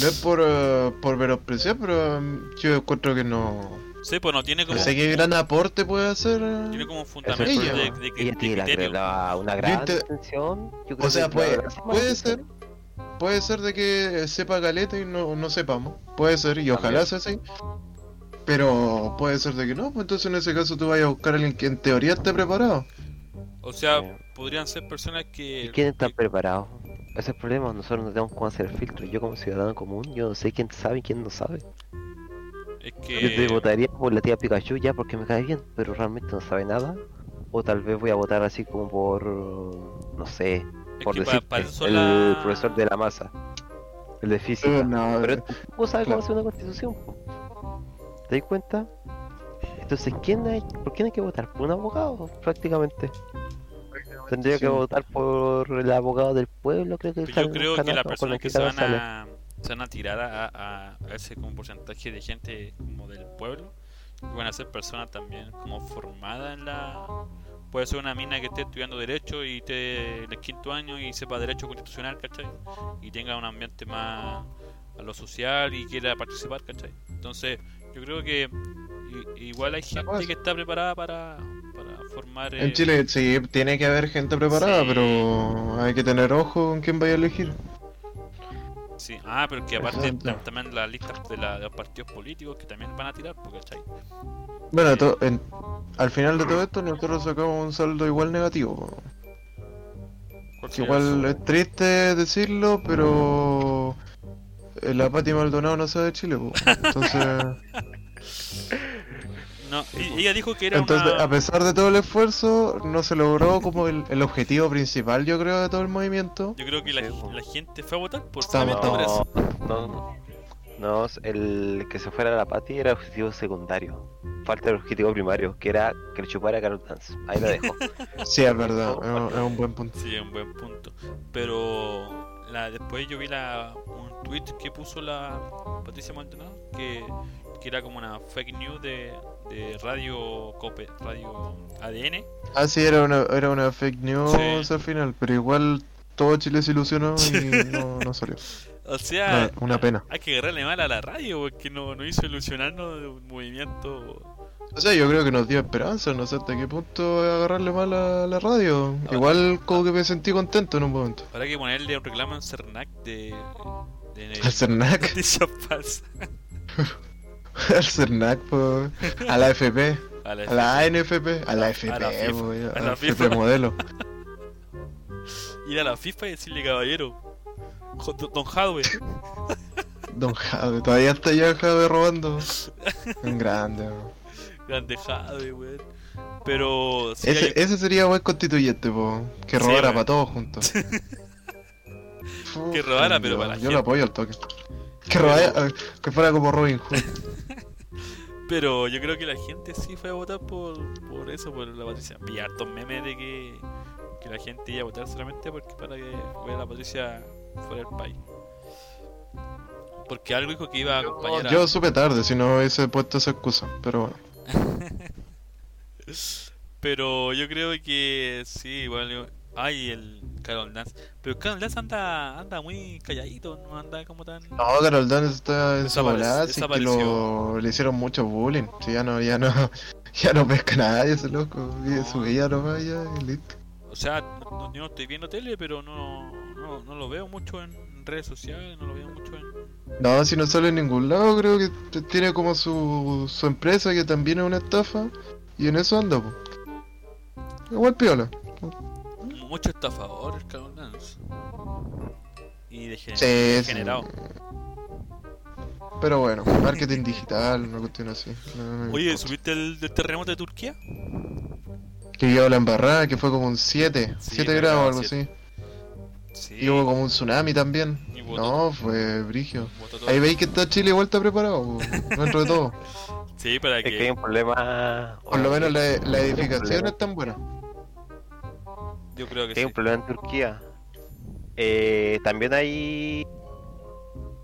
B: no es por, eh, por menospreciar, pero eh, yo encuentro que no.
A: Sí, pues no tiene
B: No
A: como,
B: sé qué gran aporte puede hacer. eh.
A: tiene como un
C: Eso es
A: fundamento
B: ella.
A: de, de, de
C: Ella tiene la-
A: criterio.
C: la- una gran
B: inte-
C: intención. yo creo
B: O
C: que
B: sea,
C: la
B: puede,
C: verdad-
B: puede ser. Puede ser de que sepa caleta y no, no sepamos. Puede ser, y ojalá sea así. Pero puede ser de que no, pues entonces en ese caso tú vayas a buscar a alguien que en teoría esté preparado.
A: O sea,
C: Sí.
A: podrían ser personas
C: ¿Y
A: que...
C: quién está
A: que-
C: preparado? Ese es el problema, nosotros no tenemos cómo hacer el filtro. Yo como ciudadano común, yo no sé quién sabe y quién no sabe.
A: es
C: Yo te
A: que...
C: votaría por la tía Pikachu ya porque me cae bien, pero realmente no sabe nada. O tal vez voy a votar así como por, no sé,
A: Es
C: por
A: que pa-
C: decirte,
A: para eso
C: el
A: la-
C: profesor de la masa, el de física.
B: Pero no,
C: Pero tampoco sabe cómo
B: claro.
C: hacer una constitución. po. ¿Te das cuenta? Entonces, ¿quién hay... ¿por quién hay que votar? Por un abogado, prácticamente. Tendría que votar por el abogado del pueblo, creo que
A: Pues Yo
C: Carlos
A: creo que
C: Canasto,
A: las
C: con
A: personas que se
C: Carlos
A: van
C: Sala.
A: a, se van a tirar a, a- a ese como porcentaje de gente como del pueblo van a ser personas también como formadas en la Puede ser una mina que esté estudiando Derecho y esté en el quinto año y sepa Derecho Constitucional, ¿cachai? Y tenga un ambiente más a lo social y quiera participar, ¿cachai? Entonces, yo creo que i- igual hay gente
B: cosa.
A: que está preparada para, para formar... eh,
B: En Chile sí, tiene que haber gente preparada,
A: Sí.
B: pero hay que tener ojo con quién vaya a elegir.
A: Sí, ah, pero que aparte
B: Exacto.
A: tam- también las listas de, la- de los partidos políticos que también van a tirar, porque ¿cachai?
B: Bueno, to- en- al final de todo esto nosotros sacamos un saldo igual negativo.
A: ¿Cuál
B: Que
A: sería
B: igual
A: su-
B: es triste decirlo, pero eh, la Pati Maldonado no sabe de
A: *laughs*
B: Chile, po. entonces,
A: No, y- ella dijo que era
B: pues. entonces
A: una...
B: a pesar de todo el esfuerzo no se logró como el, el objetivo principal, yo creo, de todo el movimiento.
A: Yo creo que la,
C: Sí, po.
A: la gente fue a votar por
B: Estamos-
A: solamente por eso.
C: No, no. No, el que se fuera a la pati era objetivo secundario. Falta el objetivo primario, que era que le chupara a Carol Dance. Ahí
A: *laughs*
C: la dejo.
B: Sí, es verdad, es un- es un buen punto.
A: Sí, es un buen punto. Pero la, después yo vi la, un tweet que puso la Patricia Maldonado que, que era como una fake news de, de radio Cope, radio ADN.
B: Ah, sí, era una, era una fake news
A: Sí.
B: al final, pero igual todo Chile se ilusionó y no, no salió.
A: O sea,
B: Una- una pena.
A: Hay que agarrarle mal a la radio porque no, no hizo ilusionarnos de un movimiento.
B: O sea, yo creo que nos dio esperanza, no sé hasta qué punto agarrarle mal a la radio. Igual como que me sentí contento en un momento.
A: Habrá que ponerle un reclamo en Cernac de. *laughs* de,
B: Al Cernac,
A: noticias falsas.
B: al *laughs* Cernac, po, a la FP,
A: A la-
B: a la ANFP, a la FP,
A: A la FIFA,
B: po,
A: a
B: a
A: la
B: la FP
A: FIFA.
B: modelo.
A: Ir a la FIFA y decirle, caballero, jo- Don Hadwe,
B: Don Jade, todavía está ya Jade
A: *laughs*
B: robando. Un grande, po.
A: *laughs* grande Jadwe, weón. Pero. sí hay-
B: Ese, ese sería buen constituyente, po, que
A: Sí,
B: robara
A: weón.
B: para todos
A: *laughs*
B: juntos.
A: Que robara, pero para la
B: Yo
A: gente.
B: lo apoyo al toque. Que robara, que fuera como Robin Hood.
A: Pero yo creo que la gente sí fue a votar por, por eso, por la Patricia. Vi hartos memes de que, que la gente iba a votar solamente porque para que fuera la Patricia fuera del país. Porque algo dijo que iba a acompañar a...
B: Yo supe tarde, si no hubiese puesto esa excusa, pero bueno.
A: Pero yo creo que sí, igual... yo- Ay, el Carol Dance. Pero Carol Dance anda, anda muy calladito, no anda como tan...
B: No, Carol Dance está en su
A: Desaparec-
B: volada, así que lo, le hicieron mucho bullying. Sí, ya no, ya no, *laughs* ya no pesca a nadie ese loco. Vive su vida nomás ya y listo.
A: O sea, no- yo no estoy viendo tele, pero no, no, no lo veo mucho en redes sociales, no lo veo mucho en...
B: No, si no sale en ningún lado, creo que t- tiene como su, su empresa que también es una estafa. Y en eso anda, po. Igual piola.
A: Mucho estafador el Carol Dance. Y degener-
B: Sí, es-
A: degenerado. *laughs*
B: Pero bueno, marketing digital, una cuestión así. No, no me
A: Oye,
B: importa.
A: ¿subiste el del terremoto de Turquía?
B: Que yo la embarrada, que fue como un 7,
A: Sí,
B: 7
A: me
B: grados
A: acuerdo,
B: o algo
A: siete.
B: así.
A: Sí.
B: Y hubo como un tsunami también.
A: Y botó-
B: No, fue brigio.
A: botó todo.
B: Ahí veis que está Chile igual está preparado, po, dentro de
C: *laughs*
B: todo.
A: Sí, para
C: es que hay
A: que.
C: un problema.
B: Por lo menos la, la edificación
C: problema.
B: es tan buena.
A: Yo creo que
C: Hay un
A: sí.
C: problema en Turquía. Eh, también hay.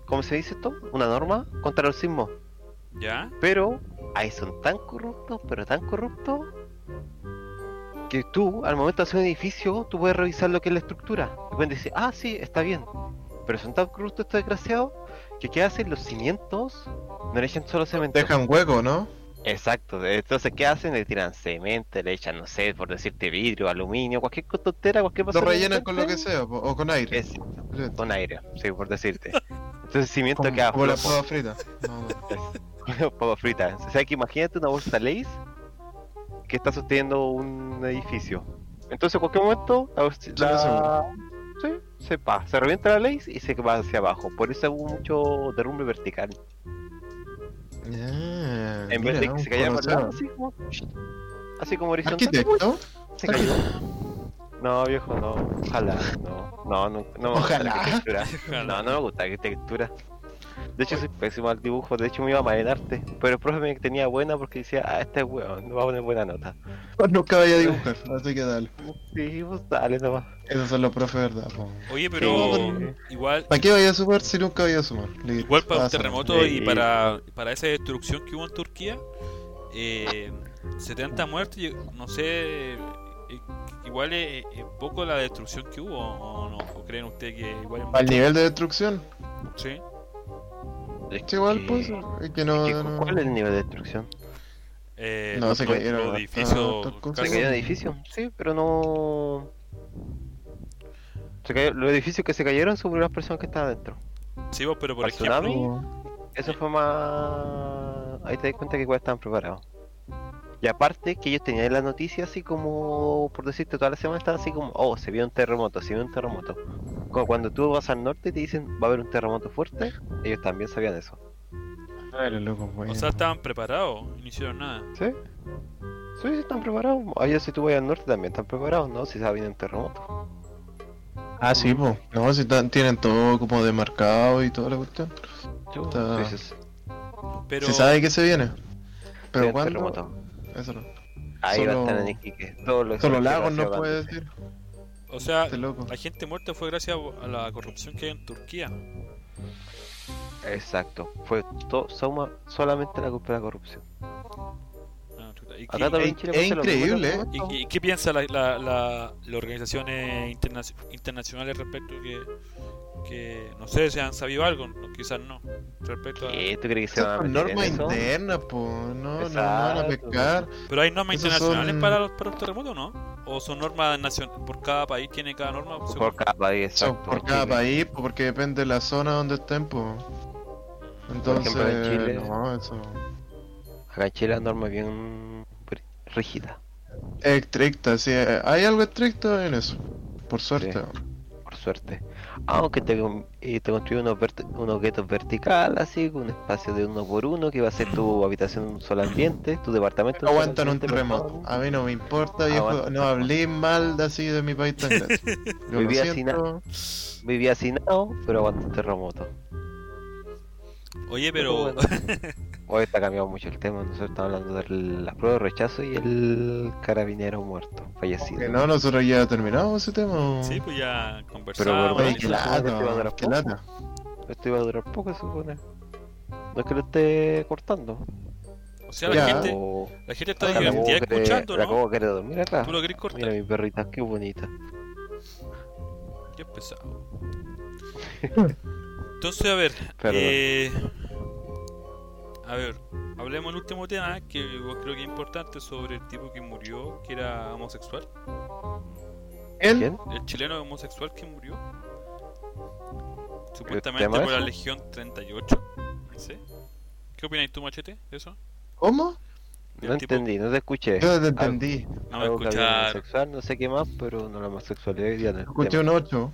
C: ¿Cómo se dice esto? Una norma contra los sismos. *laughs*
A: ¿Ya?
C: Pero ahí son tan corruptos, pero tan corruptos, que tú, al momento de hacer un edificio, tú puedes revisar lo que es la estructura. Y pueden decir, ah, sí, está bien. Pero son tan corruptos estos desgraciados, que ¿qué hacen? Los cimientos no le echan solo cemento.
B: Dejan hueco, ¿no?
C: Exacto. Entonces, ¿qué hacen? Le tiran cemento, le echan, no sé, por decirte vidrio, aluminio, cualquier co- tontera, cualquier cosa.
B: Lo rellenan con lo que
C: encuentren.
B: sea, po, o con aire.
C: Es- con aire, sí, por decirte. Entonces, el cimiento
B: Con,
C: queda
B: como la
C: flojo.
B: papa frita.
C: *laughs*
B: No, no.
C: Unas *laughs* papas fritas. O sea que imagínate una bolsa Lays que está sosteniendo un edificio. Entonces en cualquier momento la, bolsa-
B: lo
C: la-
B: aseguro.
C: sí, se va, se revienta la Lays y se va hacia abajo. Por eso hubo mucho derrumbe vertical.
B: Ah,
C: En vez
B: mira,
C: de que
B: un
C: se cayera por el lado,
B: conocido.
C: así como, así como horizontal,
B: Arquitecto,
C: ¡uy! se cayó. No, viejo, no. Ojalá, no. No, no, no me gusta
B: Ojalá.
C: la arquitectura.
A: Ojalá.
C: No, no me gusta la arquitectura. De hecho, soy pésimo al dibujo. De hecho, me iba mal en arte. Pero el profe me tenía buena porque decía, ah, este weón, no va a poner buena nota.
B: pues nunca vaya a dibujar, así que dale.
C: Sí, pues dale nomás.
B: Esos son los profes, ¿verdad? po.
A: Oye, pero.
C: Sí.
A: Igual.
B: ¿Para qué vaya a sumar si nunca vaya a sumar? Listo,
A: Igual para un
B: pasa.
A: terremoto y
C: Sí.
A: para, para esa destrucción que hubo en Turquía, eh, 70 muertos, yo no sé eh, igual es, es poco la destrucción que hubo, ¿o no? ¿O creen ustedes que igual es
B: Al
A: mucho?
B: nivel de destrucción.
A: Sí.
C: Es
B: Sí, igual,
C: que-
B: pues. Es que no.
C: es que cu-
B: no-
C: ¿Cuál es el nivel de destrucción?
A: Eh,
B: No, se
A: los-
B: cayeron
A: los
B: hartas-
A: edificios
B: hartas cosas.
C: ¿Se
A: casi-
B: Sí.
C: cayó el edificio? Sí, pero no. Se cayó- Los edificios que se cayeron sobre las personas que estaban adentro.
A: Sí, vos, pero por
C: ¿Al
A: ejemplo,
C: tsunami?
B: Oh.
C: Eso fue más. Ahí te das cuenta que igual estaban preparados. Y aparte que ellos tenían la noticia así como, por decirte, toda la semana estaban así como, oh, se vio un terremoto, se vio un terremoto. Como cuando tú vas al norte y te dicen, va a haber un terremoto fuerte, ellos también sabían eso.
B: Claro, loco, bueno.
A: o sea, estaban preparados, y no hicieron nada.
C: ¿Sí? Sí, están preparados. Allá si tú vas al norte también están preparados, ¿no? Si sabían un terremoto.
B: Ah, sí, pues. No, si tan- tienen todo como demarcado y toda la cuestión. Está-
C: Entonces,
A: Pero
B: Se sabe que se viene.
C: había
B: Pero
C: un
B: cuándo.
C: terremoto.
B: Eso no.
C: Ahí
B: Solo-
C: va a estar en Iquique. Todos los
B: Solo Lagos
C: hacia
B: no
C: abajo.
B: puede decir.
A: o sea,
B: Este loco.
A: la gente muerta fue gracias a la corrupción que hay en Turquía.
C: Exacto. Fue to- soma- solamente la culpa de la corrupción.
A: Ah, chuta. ¿Y
C: Acá
A: qué,
C: también
B: es-
C: Chile
B: es
C: pasa lo mismo,
B: increíble, ¿eh?
C: ¿no?
A: y- y qué piensa la, la, la- eh, las organizaciones internacio- internacionales respecto que, que no sé si han sabido algo, no, quizás no, respecto a-
C: ¿Qué? Eh, ¿Tú crees que se
B: Esas
C: van a
B: son
C: meter en
B: normas
C: eso?
B: internas, pues. No, no, no van a
C: Exacto.
B: pescar.
A: Pero hay normas
B: Esos
A: internacionales
B: son-
A: para los para los terremotos, ¿no? O son normas nacionales por cada país tiene cada norma. según-
C: Por cada país,
B: Son
C: exacto.
B: por cada
C: Chile.
B: país, po, porque depende de la zona donde estén, pues. Entonces,
C: ejemplo, en Chile-
B: no, eso.
C: Acá en Chile la norma es bien br- rígida,
B: Estricta, sí. eh, Hay algo estricto en eso. Por suerte.
C: Sí. por suerte. Aunque te, con- eh, te construyen unos, vert- unos guetos verticales, así, con un espacio de uno por uno, que va a ser
B: *clears throat*
C: tu habitación en un solo ambiente, tu departamento. en
B: No
C: un solo
B: aguantan un
C: ambiente, ah,
B: terremoto.
C: perdón.
B: A mí no me importa, viejo.
C: Aguantan
B: No hablé mal de así de mi país
A: *laughs*
B: tan grande. Yo lo
C: Vivía sin
B: siento.
C: Vivía hacinado, pero aguanta un terremoto.
A: Oye, *laughs* pero
C: bueno. Hoy está cambiado mucho el tema, nosotros estamos hablando de la prueba de rechazo y el carabinero muerto, fallecido.
B: Que no, nosotros ya terminamos ese tema.
A: sí, pues ya conversamos.
C: Pero bueno,
B: Oye,
A: y-
B: qué
C: eso la-
B: lata,
C: te va a durar
B: qué
C: poco.
B: lata.
C: Esto iba a durar poco, se supone. No es que lo esté cortando.
A: o sea, la
B: Ya.
A: gente,
C: O-
A: la gente está
B: Ah,
C: la
B: divertida
A: divertida
C: Cobo quiere-
A: escuchando,
C: La
A: ¿no?
C: Cobo quiere dormir acá.
A: Tú lo querés cortar.
C: Mira mi perrita, qué bonita.
A: Ya empezado. Entonces, a ver.
C: Perdón.
A: eh, a ver, hablemos del último tema que yo creo que es importante sobre el tipo que murió, que era homosexual.
B: Él,
C: ¿Quién?
A: El chileno homosexual que murió.
C: ¿El
A: Supuestamente
C: tema
A: por la
C: ese?
A: Legión 38. no sé. ¿Qué opinas tú, Machete, de eso?
B: ¿cómo?
A: El
C: No
A: tipo-
C: entendí, no te escuché.
B: Yo no te
C: Algo-
B: entendí.
A: No me
C: algo que había de
A: escuchar
C: homosexual, no sé qué más, pero no la homosexualidad hoy día no es
B: Escuché
C: tema.
B: un 8.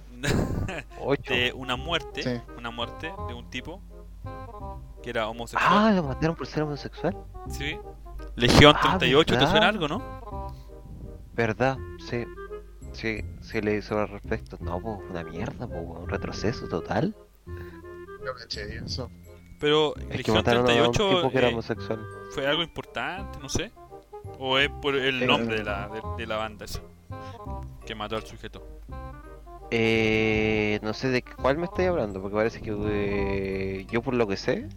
A: *laughs*
C: Ocho.
A: de una muerte,
B: Sí.
A: una muerte de un tipo que era homosexual.
C: Ah, lo mataron por ser homosexual.
A: ¿Sí? Legión
C: Ah,
A: 38, ¿te
C: ¿verdad?
A: suena algo, no?
C: ¿Verdad? Sí. Sí, sí le hizo al respecto. No, pues una mierda, pues un retroceso total.
B: Yo caché eso.
A: Pero
C: Es que
A: Legión
C: mataron a un
A: 38
C: tipo que era
A: eh,
C: homosexual.
A: fue algo importante, no sé. O es por el
C: Eh,
A: nombre de la, de, de la banda esa que mató al sujeto.
C: Eh, no sé de cuál me estoy hablando, porque parece que eh, yo por lo que sé,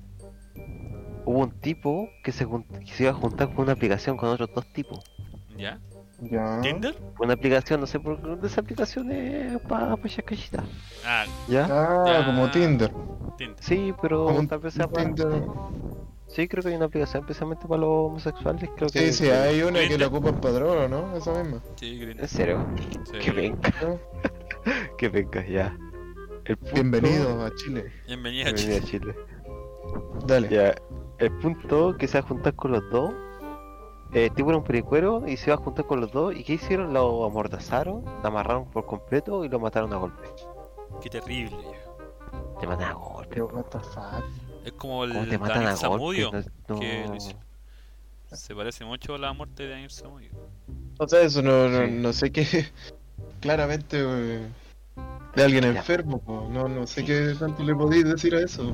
C: hubo un tipo que se, jun- que se iba a juntar con una aplicación con otros dos tipos.
A: ¿Ya?
C: ¿Ah?
B: Ya.
A: ¿Tinder?
C: Una aplicación, no sé por qué, de esas aplicaciones para pues cachita.
A: Ah,
C: ¿Ya?
B: Ah,
A: Ya.
B: como Tinder.
A: Tinder.
C: Sí, pero
B: Como un
C: tal vez sea para...
B: Tinder.
C: Sí, creo que hay una aplicación precisamente para los homosexuales, creo que...
B: Sí, sí, hay una que
A: Tinder.
B: la ocupa en padrón, ¿o ¿no? Esa *laughs* misma.
A: Sí,
C: En
A: Grindr.
C: serio,
A: Sí.
C: qué venga,
B: ¿no?
C: qué venga, ya. El punto-
B: Bienvenido a Chile.
A: Bienvenido a
C: Bienvenido a
A: Chile.
C: Chile.
B: Dale.
C: Ya, el punto que se va a juntar con los dos. Eh, tipo era un pericuero y se va a juntar con los dos. ¿Y qué hicieron? Lo amordazaron, lo amarraron por completo y lo mataron a golpe.
A: Qué terrible. viejo.
C: Te matan a golpe.
B: Pero, what the fuck.
A: Es como
C: ¿Cómo
A: el
C: te matan
A: Daniel
C: a golpe?
A: Zamudio.
C: No, no.
A: que lo hizo. Se parece mucho a la muerte de Daniel Samudio.
B: O sea, eso no, no,
C: Sí.
B: no sé qué. *laughs* Claramente, eh, de alguien
C: Ya.
B: enfermo, po. no, no sé qué tanto le podéis decir a eso.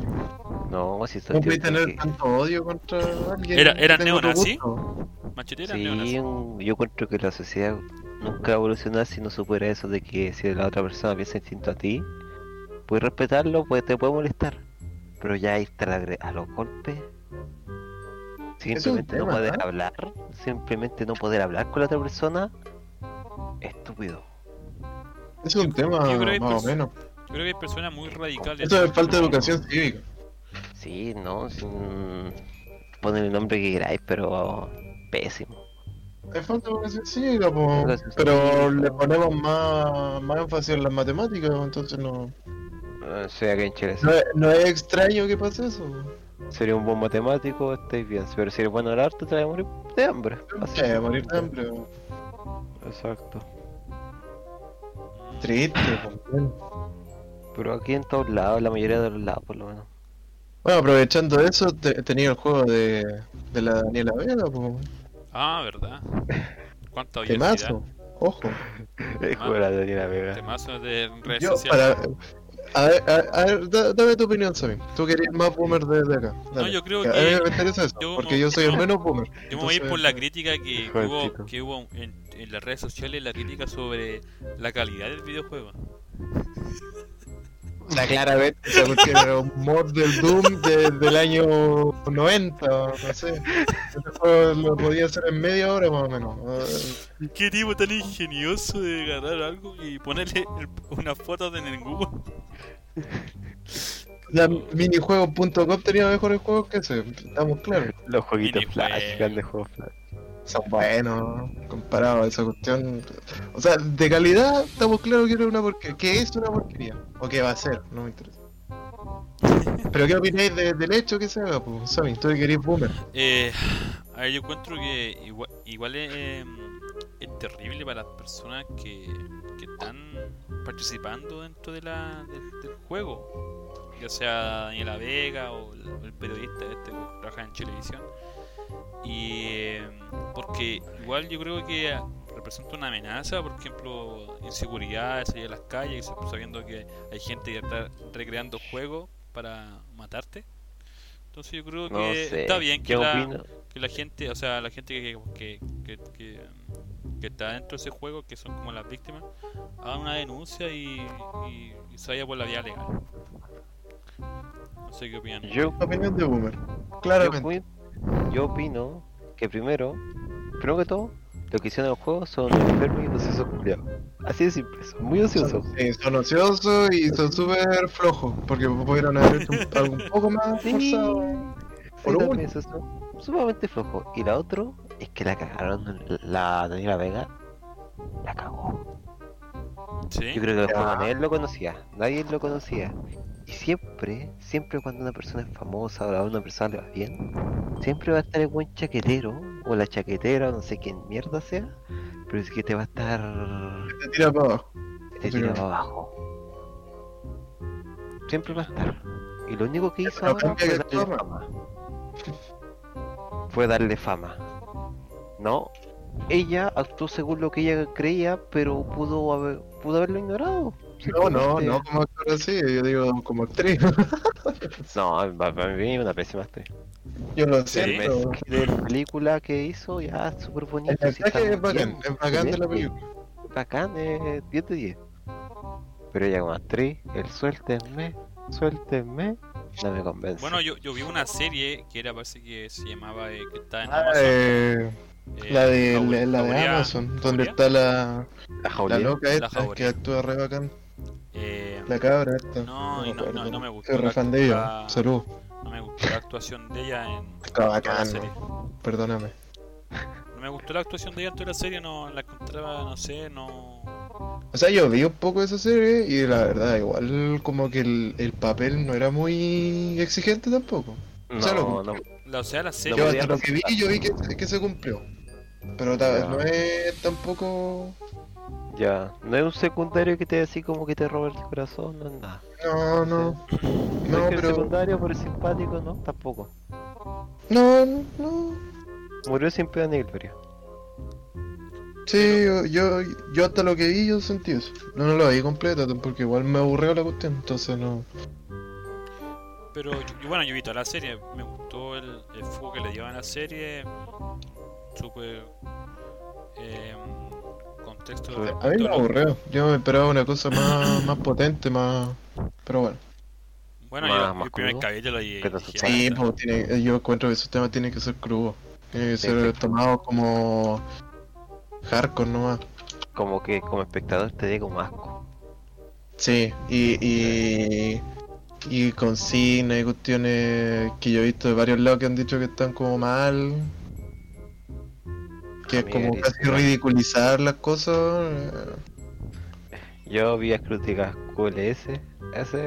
C: No, si esto
B: ¿Cómo podéis
C: tío,
B: tener
C: que-
B: tanto odio contra alguien?
A: Era- era
B: que tenga otro
A: neonazi.
B: gusto?
A: Machete era
C: Sí,
A: neonazi.
C: un- yo encuentro que la sociedad nunca va a evolucionar si no supera eso de que si la otra persona piensa distinto a ti, puedes respetarlo, pues te puede molestar. Pero ya irte a, la gre- a los golpes, simplemente no
B: tema, ¿eh?
C: poder
B: ¿no?
C: hablar, simplemente no poder hablar con la otra persona, estúpido.
B: Es un tema
A: yo creo que hay
B: más o
A: perso-
B: menos.
A: Yo creo que hay personas muy radicales.
B: Esto es falta de educación cívica.
C: Sí, no, sí, mm, ponen el nombre que queráis, pero pésimo.
B: Es falta de educación cívica, po.
C: Educación
B: pero
C: cívica.
B: le ponemos más, más énfasis en las matemáticas, entonces no,
C: O sea que Ah, en Chile
B: no, es, no es extraño que pase eso.
C: sería un buen matemático, estáis bien. Pero si eres bueno al arte, te vas a morir de hambre.
B: No sé, morir de hambre, po.
C: Exacto.
B: triste. po.
C: Pero aquí en todos lados, la mayoría de los lados por lo menos.
B: Bueno, aprovechando eso, te- tenía el juego de, de la Daniela Vega, po.
A: Ah, verdad. Cuánta diversidad.
B: Temazo. Ojo.
C: *laughs* Es
A: como
C: la Daniela Vega.
A: Temazo de redes
B: Yo,
A: sociales.
B: para... A ver, a, a ver, da- dame tu opinión, Sammy. Tú que eres más boomer de, de acá. Dale.
A: yo creo
B: A mí
A: que-
B: me interesa eso,
A: yo
B: porque
A: no-
B: yo soy el
A: no.
B: menos boomer.
A: Yo me voy a ir
B: Entonces,
A: por la crítica que,
C: Hijo de
A: hubo,
C: chico.
A: que hubo en, en las redes sociales, la crítica sobre la calidad del videojuego.
B: La clara vez, porque era un mod del Doom de- del año 90, no sé. Este juego lo podía hacer en media hora más
A: *laughs*
B: o menos.
A: Qué tipo tan ingenioso de agarrar algo y ponerle el- una foto en el Google.
B: La minijuegos.com tenía mejores juegos que ese, estamos claros.
C: Los jueguitos
A: Minijuego.
C: flash, grandes juegos flash.
B: Son buenos, comparado a esa cuestión. O sea, de calidad estamos claros que era una porquería. Que es una porquería, o que va a ser, no me *laughs* interesa. Pero ¿qué opináis de- del hecho que se haga? Pues, Sammy, tú que eres boomer.
A: Eh, a ver, yo encuentro que igua- igual, es, eh, es terrible para las personas que, que están participando dentro de la, del, del juego. Ya sea Daniela Vega o el, o el periodista este que trabaja en televisión. Y eh, porque igual yo creo que representa una amenaza, por ejemplo, inseguridad, salir a las calles, sabiendo que hay gente que está recreando juegos para matarte. Entonces yo creo
C: No
A: que
C: sé.
A: está bien que
C: ¿Qué
A: la,
C: opino?
A: que la gente, o sea, la gente que, que, que, que, um, que está dentro de ese juego, que son como las víctimas, hagan una denuncia y, y, y se vaya por la vía legal. No sé qué opinan.
C: Yo
B: Opinión de boomer,
C: Yo
B: claramente.
C: opin- Yo opino que primero, primero que todo, lo que hicieron en el juego son enfermos y ociosos culiados. Así de simple, son muy ociosos.
B: Sí, son ociosos y son súper flojos, porque pudieron haber hecho un- algo un poco más
C: Sí,
B: forzado.
C: sí,
B: Por
C: también
B: uno.
C: esos son sumamente flojos. Y la otro es que la cagaron, la Daniela Vega la cagó.
A: ¿Sí?
C: Yo creo que el
B: Ya.
C: juego nadie lo conocía, nadie lo conocía. Y siempre, siempre cuando una persona es famosa o a una persona le va bien, siempre va a estar el buen chaquetero o la chaquetera o no sé quién mierda sea, pero es que te va a estar
B: Te tira para abajo.
C: te
B: Sí.
C: tiraba abajo. Siempre va a estar. Y lo único que hizo
B: Pero
C: ahora
B: cambia
C: fue
B: de forma.
C: darle fama. Fue darle fama. No, ella actuó según lo que ella creía, pero pudo haber, pudo haberlo ignorado.
B: No, no, no como actor así, yo digo como actriz. *laughs* pues.
C: No, para mí una pésima actriz.
B: Yo lo
A: Sí.
C: El
B: siento.
C: mensaje de la película que hizo, ya, súper bonito.
B: El
C: sí, está
B: mensaje
C: muy
B: es bacán,
C: bien,
B: es bacán de la
C: excelente.
B: película.
C: bacán, eh, 10 de 10. Pero ella como actriz, el suéltenme, suéltenme, no me convence.
A: Bueno, yo, yo vi una serie que era, parece que se llamaba, eh, que está en
B: Ah,
A: Amazon.
B: eh,
A: eh,
B: la de, la,
A: Jauría-
B: la de
A: Jauría,
B: Amazon, donde
A: Jauría.
B: está la,
C: la
B: la
C: jaula.
B: loca
A: La
B: esta,
A: jauría.
B: que actúa re bacán,
A: Eh,
B: la cabra esta.
A: No, y no-
B: acuerdo.
A: no- no me gustó
B: Soy
A: la-
B: re fan de ella,
A: la-
B: salud.
A: no me gustó la actuación de ella en
B: Está
A: toda la
B: bacán,
A: serie.
B: perdóname.
A: No me gustó la actuación de ella en toda la serie, no la encontraba, no sé, no...
B: O sea, yo vi un poco esa serie y la verdad, igual como que el, el papel no era muy exigente tampoco.
C: No,
B: sea,
C: no,
B: loco.
C: no,
A: La, o sea, la serie...
C: No
B: yo
C: podía
B: hasta lo que vi,
C: contar.
B: yo vi que, que se cumplió. Pero tal vez
C: Ya.
B: no es tampoco...
C: ya. No es un secundario que te así como que te roba el corazón, no es nada.
B: No, no. Ah. No,
C: es que el
B: pero...
C: secundario por el simpático, no, tampoco.
B: No, no, no.
C: Murió sin pena ni gloria.
B: Sí, yo, yo, yo hasta lo que vi yo sentí eso. No, no lo vi completa porque igual me aburrió la cuestión, entonces no...
A: Pero yo- y bueno, yo vi toda la serie, me gustó el, el foco que le dieron a la serie, súper eh, contexto
C: Súper-
B: A mí me aburrió. Yo me esperaba una cosa más, más potente, más... Pero bueno.
A: Bueno,
C: Más-
A: yo
C: más
A: el primer
C: crudo.
A: capítulo y
C: Que te
A: dije,
C: asustara.
B: Sí,
A: "Ah,
B: pues tiene- yo encuentro que esos temas tienen que ser crudos. Tienen que ser
C: Perfecto.
B: tomados como hardcore nomás.
C: como que como espectador te dé como asco.
B: Sí, y, y, y consignas y cuestiones que yo he visto de varios lados que han dicho que están como mal. Que es
C: Amigo,
B: como
C: eres-
B: casi ridiculizar las cosas.
C: Yo vi a críticas cool ese, ese.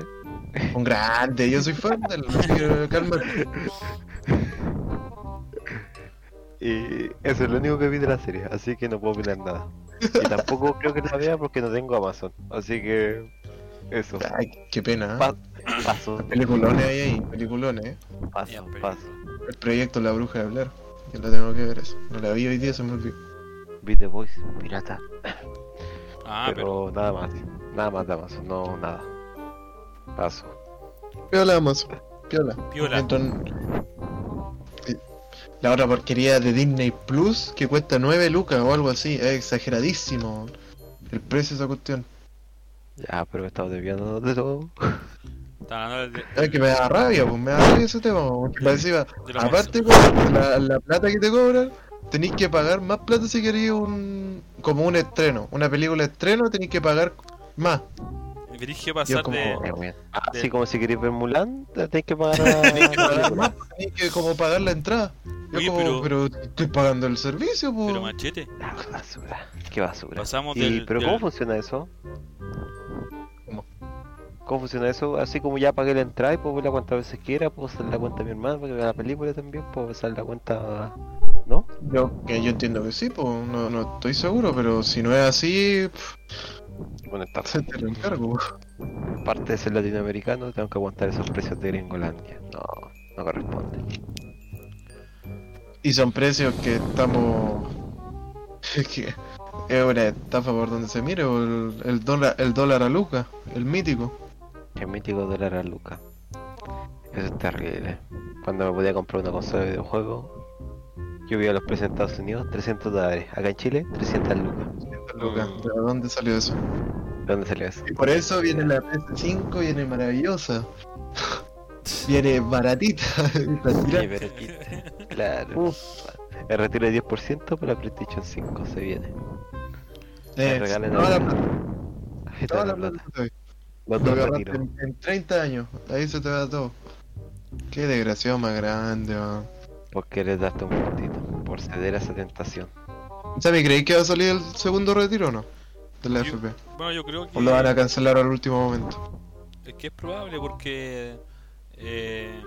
B: eh, Un grande, yo soy fan del quiero calmar.
C: Y eso es lo único que vi de la serie, así que no puedo opinar nada. Y
B: *laughs*
C: tampoco creo que la vea porque no tengo Amazon, así que eso.
B: Ay, qué pena. ¿eh?
C: Pa- paso,
B: Peliculones ahí, ahí, peliculones. eh.
A: Ya,
C: paso,
A: pero-
C: paso.
B: El proyecto La Bruja de Blair. Yo la tengo que ver eso. No la vi hoy día, se me olvidó.
C: Vi The Voice, pirata.
A: Ah, pero...
C: pero nada más, nada más de Amazon, no nada. Paso.
B: Piola, mozo. Piola.
A: Piola.
B: Entonces, eh, la otra porquería de Disney Plus que cuesta 9 lucas o algo así. Es exageradísimo el precio de esa cuestión.
C: Ya, pero me estaba desviando de todo.
A: Están hablando de,
B: Es que me da rabia, pues me da rabia ese tema. Porque para encima,
A: de lo
B: aparte con la, la plata que te cobran, tenéis que pagar más plata si queréis un. como un estreno. Una película estreno tenéis que pagar más.
A: más- Dirige pasar
B: como- *laughs*
A: de...
B: Oh.
C: Así Ah, como si queréis ver Mulan, te tenés que pagar.
A: *laughs* Tenés que
C: a-
A: pagar
B: Pagar más, tenéis que como pagar la entrada. Yo
A: Oye,
B: como, pero... estoy pagando el servicio, pues.
A: Pero machete.
C: Ah, qué basura, qué basura.
A: Pasamos
C: Y-
A: del...
C: pero
A: del-
C: ¿cómo funciona eso?
B: ¿Cómo?
C: ¿Cómo funciona eso? Así como ya pagué la entrada y puedo verla cuantas veces quiera, puedo usar la cuenta de mi hermano para que vea la película también, puedo usar la cuenta... ¿No?
B: Yo, que yo entiendo que sí, pues no, no estoy seguro, pero si no es así, pf,
C: Bueno, está
B: se te lo encargo. po.
C: *laughs* parte de ser latinoamericano, tengo que aguantar esos precios de Gringolandia. No, no corresponde.
B: Y son precios que estamos. Es *laughs* que eh, es una estafa por donde se mire, po, el, el dólar, el dólar a Luca, el mítico.
C: El mítico dólar a Luca. Eso es terrible. Cuando me podía comprar una consola de videojuego, yo vi a los precios en Estados Unidos, 300 dólares. Acá en Chile, 300 lucas.
B: Luca,
A: Mm.
B: ¿de dónde salió eso?
C: ¿De dónde salió eso?
B: Y por eso viene la PS5, viene
C: *laughs*
B: maravillosa. Viene baratita. *laughs* la tira-
C: Sí, pues, pero aquí- Claro. El retiro de 10% para la PlayStation 5 se viene.
B: eh,
C: regalen
B: toda la
C: algo.
B: plata,
C: Ahí está
B: toda
C: la
B: la
C: plata.
B: plata que te- Lo
C: Los dos
B: agarraste
C: retiros.
B: en, en 30 años, ahí se te va todo. Qué desgraciado más grande, man.
C: Porque les daste un puntito por ceder a esa tentación.
B: Sammy, ¿creéis que va a salir el segundo retiro o no? De la
A: Yo-
B: FP.
A: *laughs* Bueno, yo creo que...
B: ¿O lo van a cancelar al último momento?
A: Es que es probable porque eh,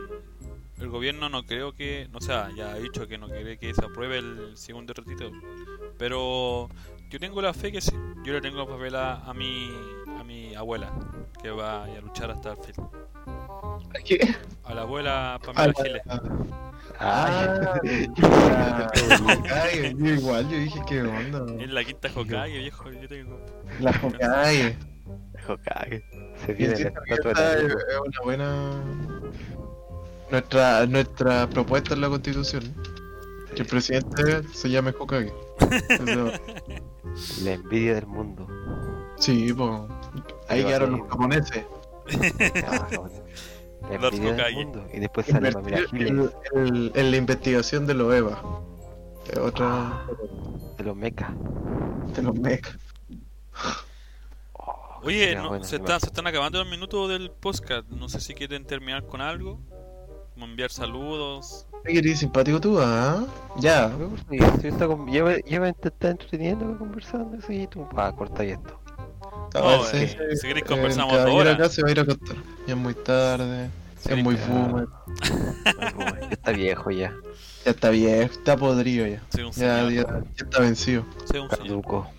A: el gobierno no creo que, o sea, ya ha dicho que no quiere que se apruebe el segundo retiro, pero yo tengo la fe que sí, yo le tengo papel a, a mi a mi abuela que va a luchar hasta el fin. A la abuela Pamela
B: Ah,
A: Giles.
B: Ah, Hokage, yo igual, yo dije que onda.
A: Es la quinta Hokage, viejo, yo tengo.
B: La Hokage.
C: Hokage. Se
B: Yo
C: viene la
B: siento que
C: estatua
B: esta
C: de
B: es
C: la
B: es una buena. Nuestra, nuestra propuesta en la constitución: ¿eh? que el presidente se llame Hokage. Eso-
C: La envidia del mundo.
B: Sí, pues. Ahí
C: Pero
B: quedaron
C: así-
B: los japoneses.
A: *laughs*
C: Ah, bueno. La
A: Los
C: envidia del
A: Hokage.
C: mundo. Y después sale la mira
B: Invertir En,
C: Giles
B: en- en la investigación de los EVA. Es
C: Ah,
B: Otra.
C: de los mechas.
B: De los mechas.
C: Oh,
A: Oye,
C: sería
A: no,
C: bueno,
A: se,
C: me
A: está- se están acabando los minutos del podcast, no sé si quieren terminar con algo, como enviar saludos.
B: ¿Qué querés, simpático tú? Ah, ya.
C: Sí, sí, está con- Ya me, ya me te está entreteniendo conversando eso y tú vas a
A: *laughs*
C: cortar esto.
B: A
A: No,
B: ver,
A: eh,
B: sí,
A: si querés
B: eh,
A: conversamos
B: el caballero
A: ahora.
B: acá se va a ir a acostar. Ya es muy tarde.
A: Sí,
B: es muy
C: ya.
B: fume.
C: Ya está viejo ya,
B: Ya está viejo. Está podrido ya.
A: Soy un
B: Ya,
A: señor,
B: ya, ya está vencido.
A: soy un señor.
C: caduco.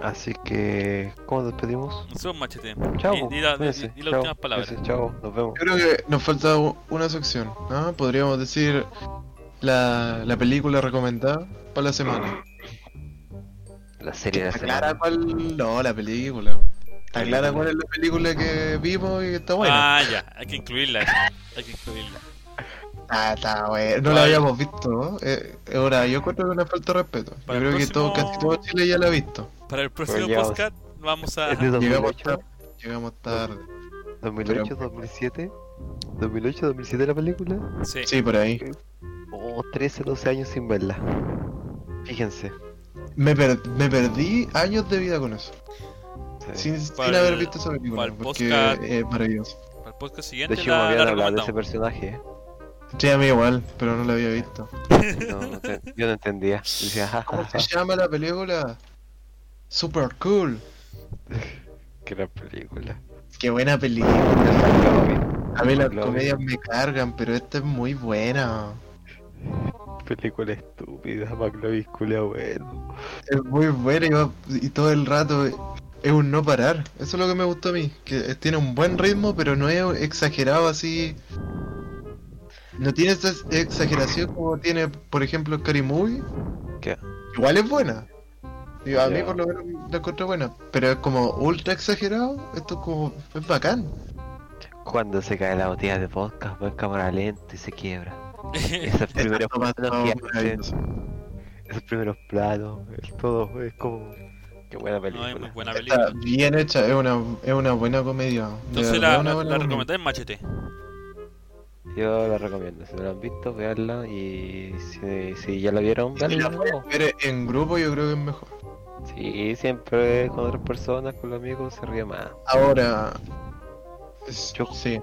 C: Así que, ¿cómo nos despedimos?
A: Nosotros machete.
C: Chao.
A: Di, di la- di-
C: cuídense,
A: di las
C: chao,
A: últimas palabras.
C: cuídense, Chao, nos vemos.
B: Yo creo que nos falta u- una sección. ¿no? Podríamos decir la, la película recomendada para la semana.
C: La serie de la
B: ¿Está
C: semana.
B: clara cuál? No, la película. Está clara cuál es la película que vimos y que está buena.
A: Ah, ya, hay que incluirla. Hay que incluirla.
B: Ah, está buena. No la habíamos visto, ¿no? Eh, ahora, yo encuentro que es una falta de respeto. Yo
A: Para el
B: creo que
A: próximo-
B: todo, casi todo Chile ya la ha visto.
A: Para el próximo
C: ya-
A: podcast vamos a.
C: *laughs* Es de
B: Llegamos
C: 2008,
B: tarde. Llegamos tarde.
C: 2008, 2007. 2008, 2007 la película.
A: Sí.
B: Sí, por ahí.
C: Oh, O 13, 12 años sin verla. Fíjense.
B: Me, per- me perdí años de vida con eso. Sin, sin
A: Pa'l-
B: haber visto esa película.
A: pa'l
B: Porque
A: podcast.
B: es maravilloso.
A: Para el podcast
C: De
A: siguiente
C: hecho, me
A: la, la
C: habían hablado de ese
A: recomendamos.
C: personaje.
B: *laughs*
C: ¿eh?
B: Sí, a mí igual, pero no la había visto.
C: No, no te- yo no entendía. Decía, "Ja, ja,
B: ¿Cómo se
C: ja,
B: llama la película? Super cool.
C: qué gran película. *laughs*
B: Qué buena película.
C: McLovin.
B: A mí las
C: McLovin.
B: comedias me cargan, pero esta es muy buena.
C: Película estúpida, McLovin, culia bueno.
B: Es muy buena y, va- y todo el rato es un no parar. Eso es lo que me gustó a mí. Que tiene un buen ritmo, pero no es exagerado así. No tiene esa exageración como tiene, por ejemplo, Scary Movie.
C: ¿Qué?
B: Igual es buena. Digo, a mí
C: Ya.
B: por lo menos la encontré buena. Pero es como ultra exagerado. Esto es como. Es bacán.
C: Cuando se cae la botella de vodka, va en cámara lenta y se quiebra.
A: *laughs*
B: *laughs*
C: Esos primeros
B: Estas tomas
C: planos
B: son
C: que hacen,
B: maravillosas.
C: esos primeros planos, el todo es como. Qué buena
A: no, es muy
C: película.
A: buena
B: Está
A: película.
B: bien hecha, es una, es una buena comedia. de
A: Entonces
B: verdad,
A: la,
B: una
A: la,
B: buena
A: la
B: comedia.
A: recomendáis Machete.
C: Yo la recomiendo. Si no la han visto, veanla. Y si, si ya la vieron,
B: Y si la
C: veanla.
B: pueden ver en grupo yo creo que es mejor.
C: Sí, siempre con otras personas, con los amigos, se ríe más.
B: Ahora... es-
C: Yo-
B: Sí.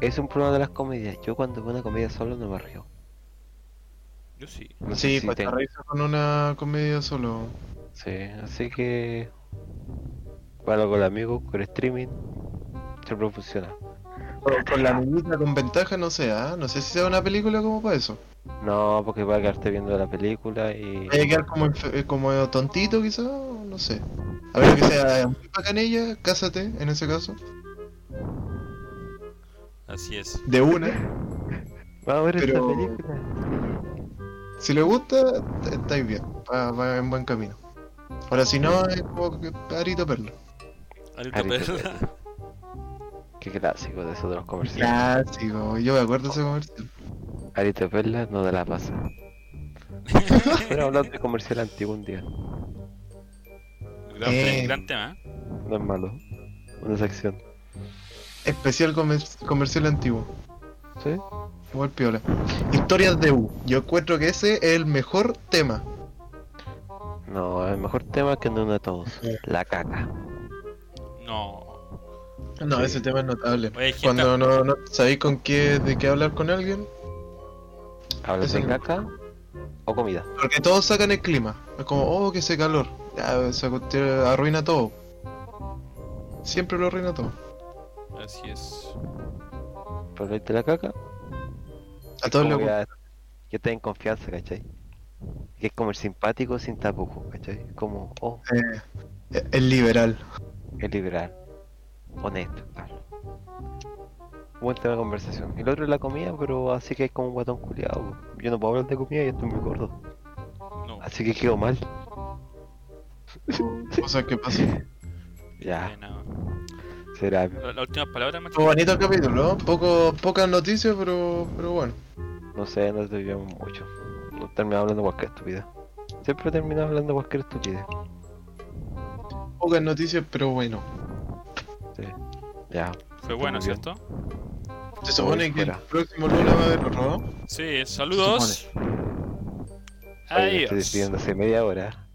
C: Es un problema de las comedias. Yo cuando veo una comedia solo no me río.
A: Yo sí.
C: No
B: Sí, pues
C: sé si
B: cuesta
C: tengo-
B: reírse con una comedia solo.
C: Sí, así que... Bueno, con los amigos, con el streaming, siempre funciona.
B: Con, con la amiguita con ventaja no sé, ¿ah? no sé si sea una película como para eso.
C: No, porque va a quedarte viendo la película y...
B: Hay que quedar como, enfe- eh, como tontito quizás, no sé. A ver que sea muy bacanella, cásate en ese caso.
A: Así es.
B: De una.
C: Va a ver
B: pero-
C: esta película.
B: Si le gusta, t- estáis bien. Va, va en buen camino. Ahora si no, es como que parito perla.
A: Arito
C: Arito *laughs*
A: Perla.
C: Qué clásico de eso de los comerciales.
B: Clásico, yo me acuerdo de ese comercial.
C: Arito Perla no te la pasa. Pero hablando de comercial antiguo un día.
A: Gran,
B: Eh.
A: gran tema.
C: No es malo. Una sección.
B: Especial comer- comercial antiguo.
C: ¿Sí?
B: Igual piola. Historias de U. Yo encuentro que ese es el mejor tema.
C: No, el mejor tema que no une a todos. La caca.
A: No.
B: No,
C: Sí.
B: ese tema es notable.
A: Oye, hay gente-
B: Cuando no, no sabéis con qué, de qué hablar con alguien.
C: ¿Hablas
B: Eso
C: de
B: no.
C: caca o comida?
B: Porque todos sacan el clima. Es como, oh, que ese calor. Ya, esa cuestión arruina todo. Siempre lo arruina todo.
A: Así es.
C: Pero de la caca,
B: A todos les
C: como que
B: gusta.
C: ya, ya está en confianza, ¿cachai? Que es como el simpático sin tapujos, ¿cachai? Como, oh,
B: Eh, El liberal.
C: es liberal, honesto, claro. Buen tema de conversación. El otro es la comida, pero así que es como un guatón culiado. po. Yo no puedo hablar de comida y estoy muy gordo.
A: No.
C: Así que quedo mal. *laughs*
B: Cosas que pasan.
A: Eh,
C: Ya,
A: nada.
C: será.
A: La, la última palabra, Machete.
B: *laughs* Fue bonito el capítulo, ¿no? Poco, pocas noticias, pero, pero bueno.
C: No sé, no desviamos mucho. No terminamos hablando cualquier estupidez. Siempre terminamos hablando cualquier estupidez.
B: Pocas noticias, pero bueno.
C: Ya.
A: Fue bueno,
C: Muy bien.
A: ¿cierto?
B: Se supone que el
C: Fuera.
B: próximo lunes va a haber otro, ¿no?
A: Sí, saludos.
C: Oye, me estoy
A: Adiós.
C: despidiendo hace media hora.